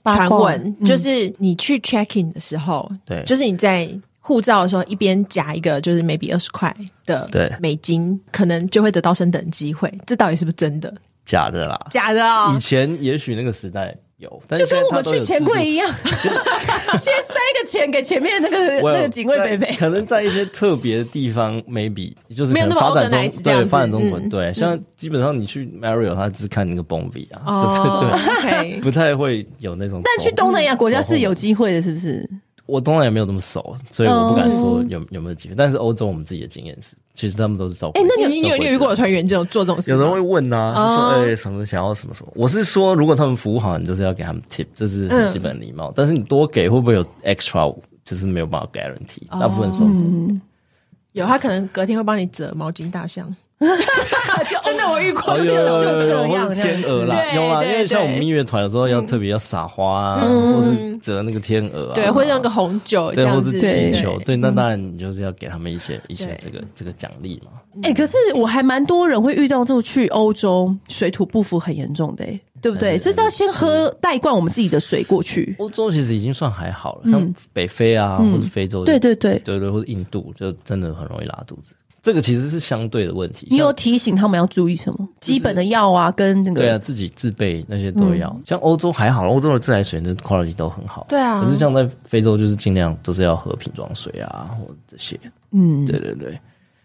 [SPEAKER 3] 传
[SPEAKER 2] 八卦嗯
[SPEAKER 3] 闻，就是你去 check in 的时候，
[SPEAKER 1] 对
[SPEAKER 3] 就是你在护照的时候一边夹一个就是 maybe 二十块的
[SPEAKER 1] 对
[SPEAKER 3] 美金，可能就会得到升等机会，这到底是不是真的？
[SPEAKER 1] 假的啦，
[SPEAKER 3] 假的啊、
[SPEAKER 1] 以前也许那个时代有，但
[SPEAKER 2] 就是跟我们去钱柜一
[SPEAKER 1] 样，
[SPEAKER 2] 样，先塞个钱给前面那个
[SPEAKER 1] 我有
[SPEAKER 2] 那个警卫
[SPEAKER 1] 在
[SPEAKER 2] 北北。
[SPEAKER 1] 可能在一些特别的地方，maybe 就是
[SPEAKER 3] 没有
[SPEAKER 1] 可能
[SPEAKER 3] 那么
[SPEAKER 1] 发展中
[SPEAKER 3] organized 这样
[SPEAKER 1] 对
[SPEAKER 3] 子
[SPEAKER 1] 发展中国
[SPEAKER 3] 嗯
[SPEAKER 1] 对，像基本上你去 Mario，他只看那个 Bombi 啊，就是
[SPEAKER 3] 哦
[SPEAKER 1] 对，
[SPEAKER 3] ，OK，
[SPEAKER 1] 不太会有那种走。
[SPEAKER 2] 但去东
[SPEAKER 1] 嗯
[SPEAKER 2] 南亚国家是有机会的，是不是？
[SPEAKER 1] 我东南亚没有那么熟，所以我不敢说有有没有机会。但是欧洲我们自己的经验是，其实他们都是照顾。
[SPEAKER 2] 哎那
[SPEAKER 3] 你你有你有遇过有团员这种做这种事
[SPEAKER 1] 有
[SPEAKER 3] 吗？
[SPEAKER 1] 人会问呐、就
[SPEAKER 3] 哦
[SPEAKER 1] 说哎、什么想要什么什么。我是说，如果他们服务好，你就是要给他们 tip，这是
[SPEAKER 3] 嗯
[SPEAKER 1] 很基本礼貌。但是你多给会不会有 extra？就是没有办法 guarantee，、大
[SPEAKER 3] 哦
[SPEAKER 1] 部分时候
[SPEAKER 3] 嗯
[SPEAKER 2] 嗯
[SPEAKER 3] 有，他可能隔天会帮你折毛巾大象。 真的，我遇过
[SPEAKER 1] 哦
[SPEAKER 3] 这
[SPEAKER 1] 有有
[SPEAKER 3] 种。
[SPEAKER 1] 有
[SPEAKER 2] 就这
[SPEAKER 1] 有，
[SPEAKER 2] 样
[SPEAKER 1] 或是天鹅
[SPEAKER 3] 这
[SPEAKER 1] 啦
[SPEAKER 3] 样，子
[SPEAKER 1] 有
[SPEAKER 3] 对
[SPEAKER 1] 啦，因
[SPEAKER 3] 对
[SPEAKER 1] 为像我们
[SPEAKER 3] 对嗯
[SPEAKER 1] 蜜月团有时候要特别要撒花啊，或是折那个天鹅啊，
[SPEAKER 3] 对，或者用个红酒这
[SPEAKER 1] 对，
[SPEAKER 3] 样
[SPEAKER 1] 或
[SPEAKER 3] 子嗯
[SPEAKER 1] 是
[SPEAKER 2] 对
[SPEAKER 1] 气
[SPEAKER 2] 对
[SPEAKER 1] 球，对，那当然你就是要给他们一些一些
[SPEAKER 3] 对
[SPEAKER 1] 这个这个奖励嘛。
[SPEAKER 2] 哎、可是我还蛮多人会遇到这种去欧洲水土不服很严重的、哎对不对？
[SPEAKER 1] 嗯
[SPEAKER 2] 所以是要先喝带一罐我们自己的水过去。
[SPEAKER 1] 欧洲其实已经算还好了，
[SPEAKER 3] 嗯
[SPEAKER 1] 像北非啊，或是非洲，
[SPEAKER 2] 对对对，
[SPEAKER 1] 对对，或者印度，就真的很容易拉肚子。这个其实是相对的问题。
[SPEAKER 2] 你有
[SPEAKER 1] 像
[SPEAKER 2] 提醒他们要注意什么？基本的药啊，跟那个
[SPEAKER 1] 对啊，自己自备那些都
[SPEAKER 2] 嗯
[SPEAKER 1] 要。像欧洲还好，欧洲的自来水的 quality 都很好。
[SPEAKER 3] 对啊
[SPEAKER 1] 可是像在非洲，就是尽量都是要喝瓶装水啊，或者这些。
[SPEAKER 2] 嗯，
[SPEAKER 1] 对对对，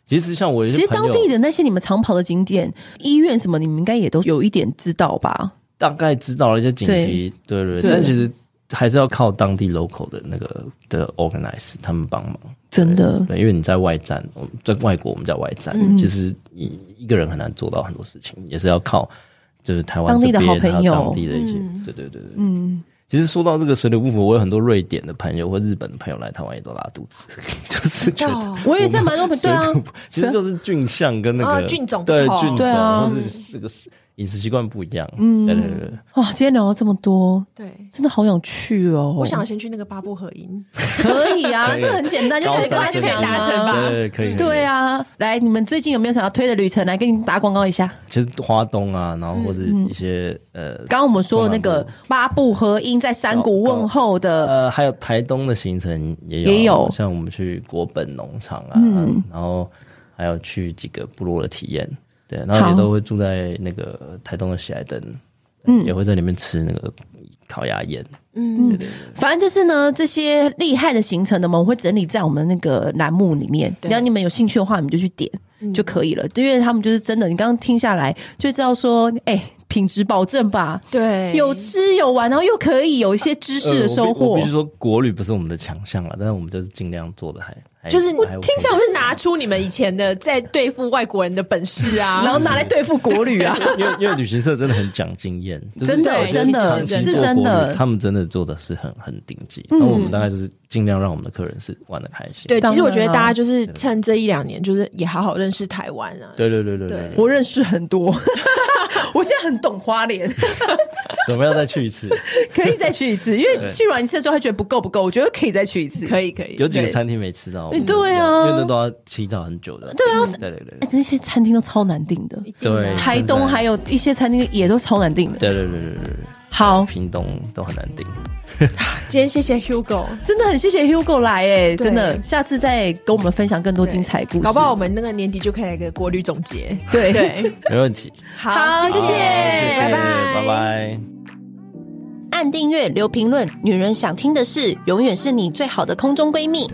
[SPEAKER 1] 其实像我有
[SPEAKER 2] 其
[SPEAKER 1] 些
[SPEAKER 2] 实
[SPEAKER 1] 朋友
[SPEAKER 2] 当地的那些你们常跑的景点、医院什么，你们应该也都有一点知道吧？
[SPEAKER 1] 大概知道了一些紧急，对
[SPEAKER 2] 对
[SPEAKER 1] 对对，但其实还是要靠当地 local 的那个的 organize 他们帮忙。
[SPEAKER 2] 真的，
[SPEAKER 1] 对，因为你在外站，我们
[SPEAKER 2] 嗯
[SPEAKER 1] 在外国我们叫外站，其实你一个人很难做到很多事情，也是要靠就是台湾
[SPEAKER 2] 当地的
[SPEAKER 1] 这边
[SPEAKER 2] 好朋
[SPEAKER 1] 还有
[SPEAKER 2] 友
[SPEAKER 1] 当地的一些，对对对对，嗯。其实说到这个水土不服，我有很多瑞典的朋友或日本的朋友来台湾也都拉肚子， 就是觉得
[SPEAKER 3] 哦
[SPEAKER 2] 我也是蛮多朋友对 啊哦
[SPEAKER 1] 水，土不其实就是菌相跟那
[SPEAKER 3] 啊
[SPEAKER 1] 个
[SPEAKER 3] 菌种不
[SPEAKER 1] 对
[SPEAKER 3] 同
[SPEAKER 1] 菌
[SPEAKER 2] 对啊
[SPEAKER 1] 种，或是这个饮食习惯不一样，嗯，对对对对。
[SPEAKER 2] 哇，今天聊了这么多，
[SPEAKER 3] 对，
[SPEAKER 2] 真的好想去哦！
[SPEAKER 3] 我想先去那个八步合音，
[SPEAKER 2] 可以啊，
[SPEAKER 1] 可以
[SPEAKER 2] 这个很简单，就
[SPEAKER 1] 高
[SPEAKER 2] 是
[SPEAKER 1] 山
[SPEAKER 2] 快
[SPEAKER 1] 症候群
[SPEAKER 3] 达成吧
[SPEAKER 1] 对对对可以。可以
[SPEAKER 2] 对，啊，来，你们最近有没有想要推的旅程？来跟你打广告一下。
[SPEAKER 1] 其实花东啊，然后或者
[SPEAKER 2] 嗯
[SPEAKER 1] 一些呃，
[SPEAKER 2] 刚刚我们说的那个
[SPEAKER 1] 中南
[SPEAKER 2] 八部合音在山谷问候的，
[SPEAKER 1] 呃，还有台东的行程也有啊，
[SPEAKER 2] 也有嗯
[SPEAKER 1] 像我们去国本农场啊，然后还有去几个部落的体验，对，然后
[SPEAKER 2] 好
[SPEAKER 1] 也都会住在那个台东的喜来登，嗯，也会在里面吃那个烤鸭宴，
[SPEAKER 3] 嗯，
[SPEAKER 2] 反正就是呢，这些厉害的行程呢，我们会整理在我们那个栏目里面。
[SPEAKER 3] 对嗯
[SPEAKER 2] 然后你们有兴趣的话，你们就去点就可以了，因为他们就是真的，你刚刚听下来就知道说，哎、品质保证吧，
[SPEAKER 3] 对，
[SPEAKER 2] 有吃有玩，然后又可以有一些知识的
[SPEAKER 1] 呃
[SPEAKER 2] 收
[SPEAKER 1] 我必
[SPEAKER 2] 获。
[SPEAKER 1] 我必须说，国旅不是我们的强项了，但是我们就是尽量做的还还
[SPEAKER 3] 就是
[SPEAKER 1] 还 OK
[SPEAKER 3] 听起来就是拿出你们以前的在对付外国人的本事啊，
[SPEAKER 2] 然后拿来对付国旅啊，
[SPEAKER 1] 因为因为旅行社真的很讲经验，就是
[SPEAKER 2] 真的
[SPEAKER 1] 我觉得
[SPEAKER 2] 真的
[SPEAKER 1] 长期
[SPEAKER 2] 是
[SPEAKER 1] 做
[SPEAKER 2] 真
[SPEAKER 1] 国旅
[SPEAKER 2] 的嗯
[SPEAKER 1] 他们真的做的是很很顶级。那我们大概就是尽量让我们的客人是玩的开心。
[SPEAKER 3] 对，其实我觉得
[SPEAKER 2] 当然啊
[SPEAKER 3] 大家就是趁这一两年，就是也好好认识台湾啊。
[SPEAKER 1] 对对对对
[SPEAKER 3] 对
[SPEAKER 1] 对，
[SPEAKER 2] 我认识很多， 我现在很懂花莲，
[SPEAKER 1] 怎么样再去一次？
[SPEAKER 2] 可以再去一次，因为去完一次之后，他觉得不够不够，我觉得可以再去一次。
[SPEAKER 3] 可以可以，
[SPEAKER 1] 有几个
[SPEAKER 2] 对
[SPEAKER 1] 餐厅没吃到，
[SPEAKER 2] 嗯对啊
[SPEAKER 1] 因为那都要提早很久的。对啊，对对对
[SPEAKER 2] 哎、那些餐厅都超难订的，
[SPEAKER 1] 对，
[SPEAKER 2] 台东还有一些餐厅也都超难订的。
[SPEAKER 1] 对对对对对对，
[SPEAKER 2] 好，
[SPEAKER 1] 屏东都很难订。
[SPEAKER 3] 今天谢谢 Hugo，
[SPEAKER 2] 真的很谢谢 Hugo 来哎、
[SPEAKER 3] 对
[SPEAKER 2] 真的，下次再跟我们分享更多
[SPEAKER 3] 对
[SPEAKER 2] 精彩故事。
[SPEAKER 3] 搞不好我们那个年底就可以来个国旅总结。
[SPEAKER 2] 对
[SPEAKER 3] 对，
[SPEAKER 1] 没问题，
[SPEAKER 2] 好谢
[SPEAKER 1] 好
[SPEAKER 2] 谢
[SPEAKER 1] 谢谢，
[SPEAKER 2] 拜
[SPEAKER 3] 拜
[SPEAKER 1] 拜拜。
[SPEAKER 4] 按订阅，留评论，女人想听的事，永远是你最好的空中闺蜜。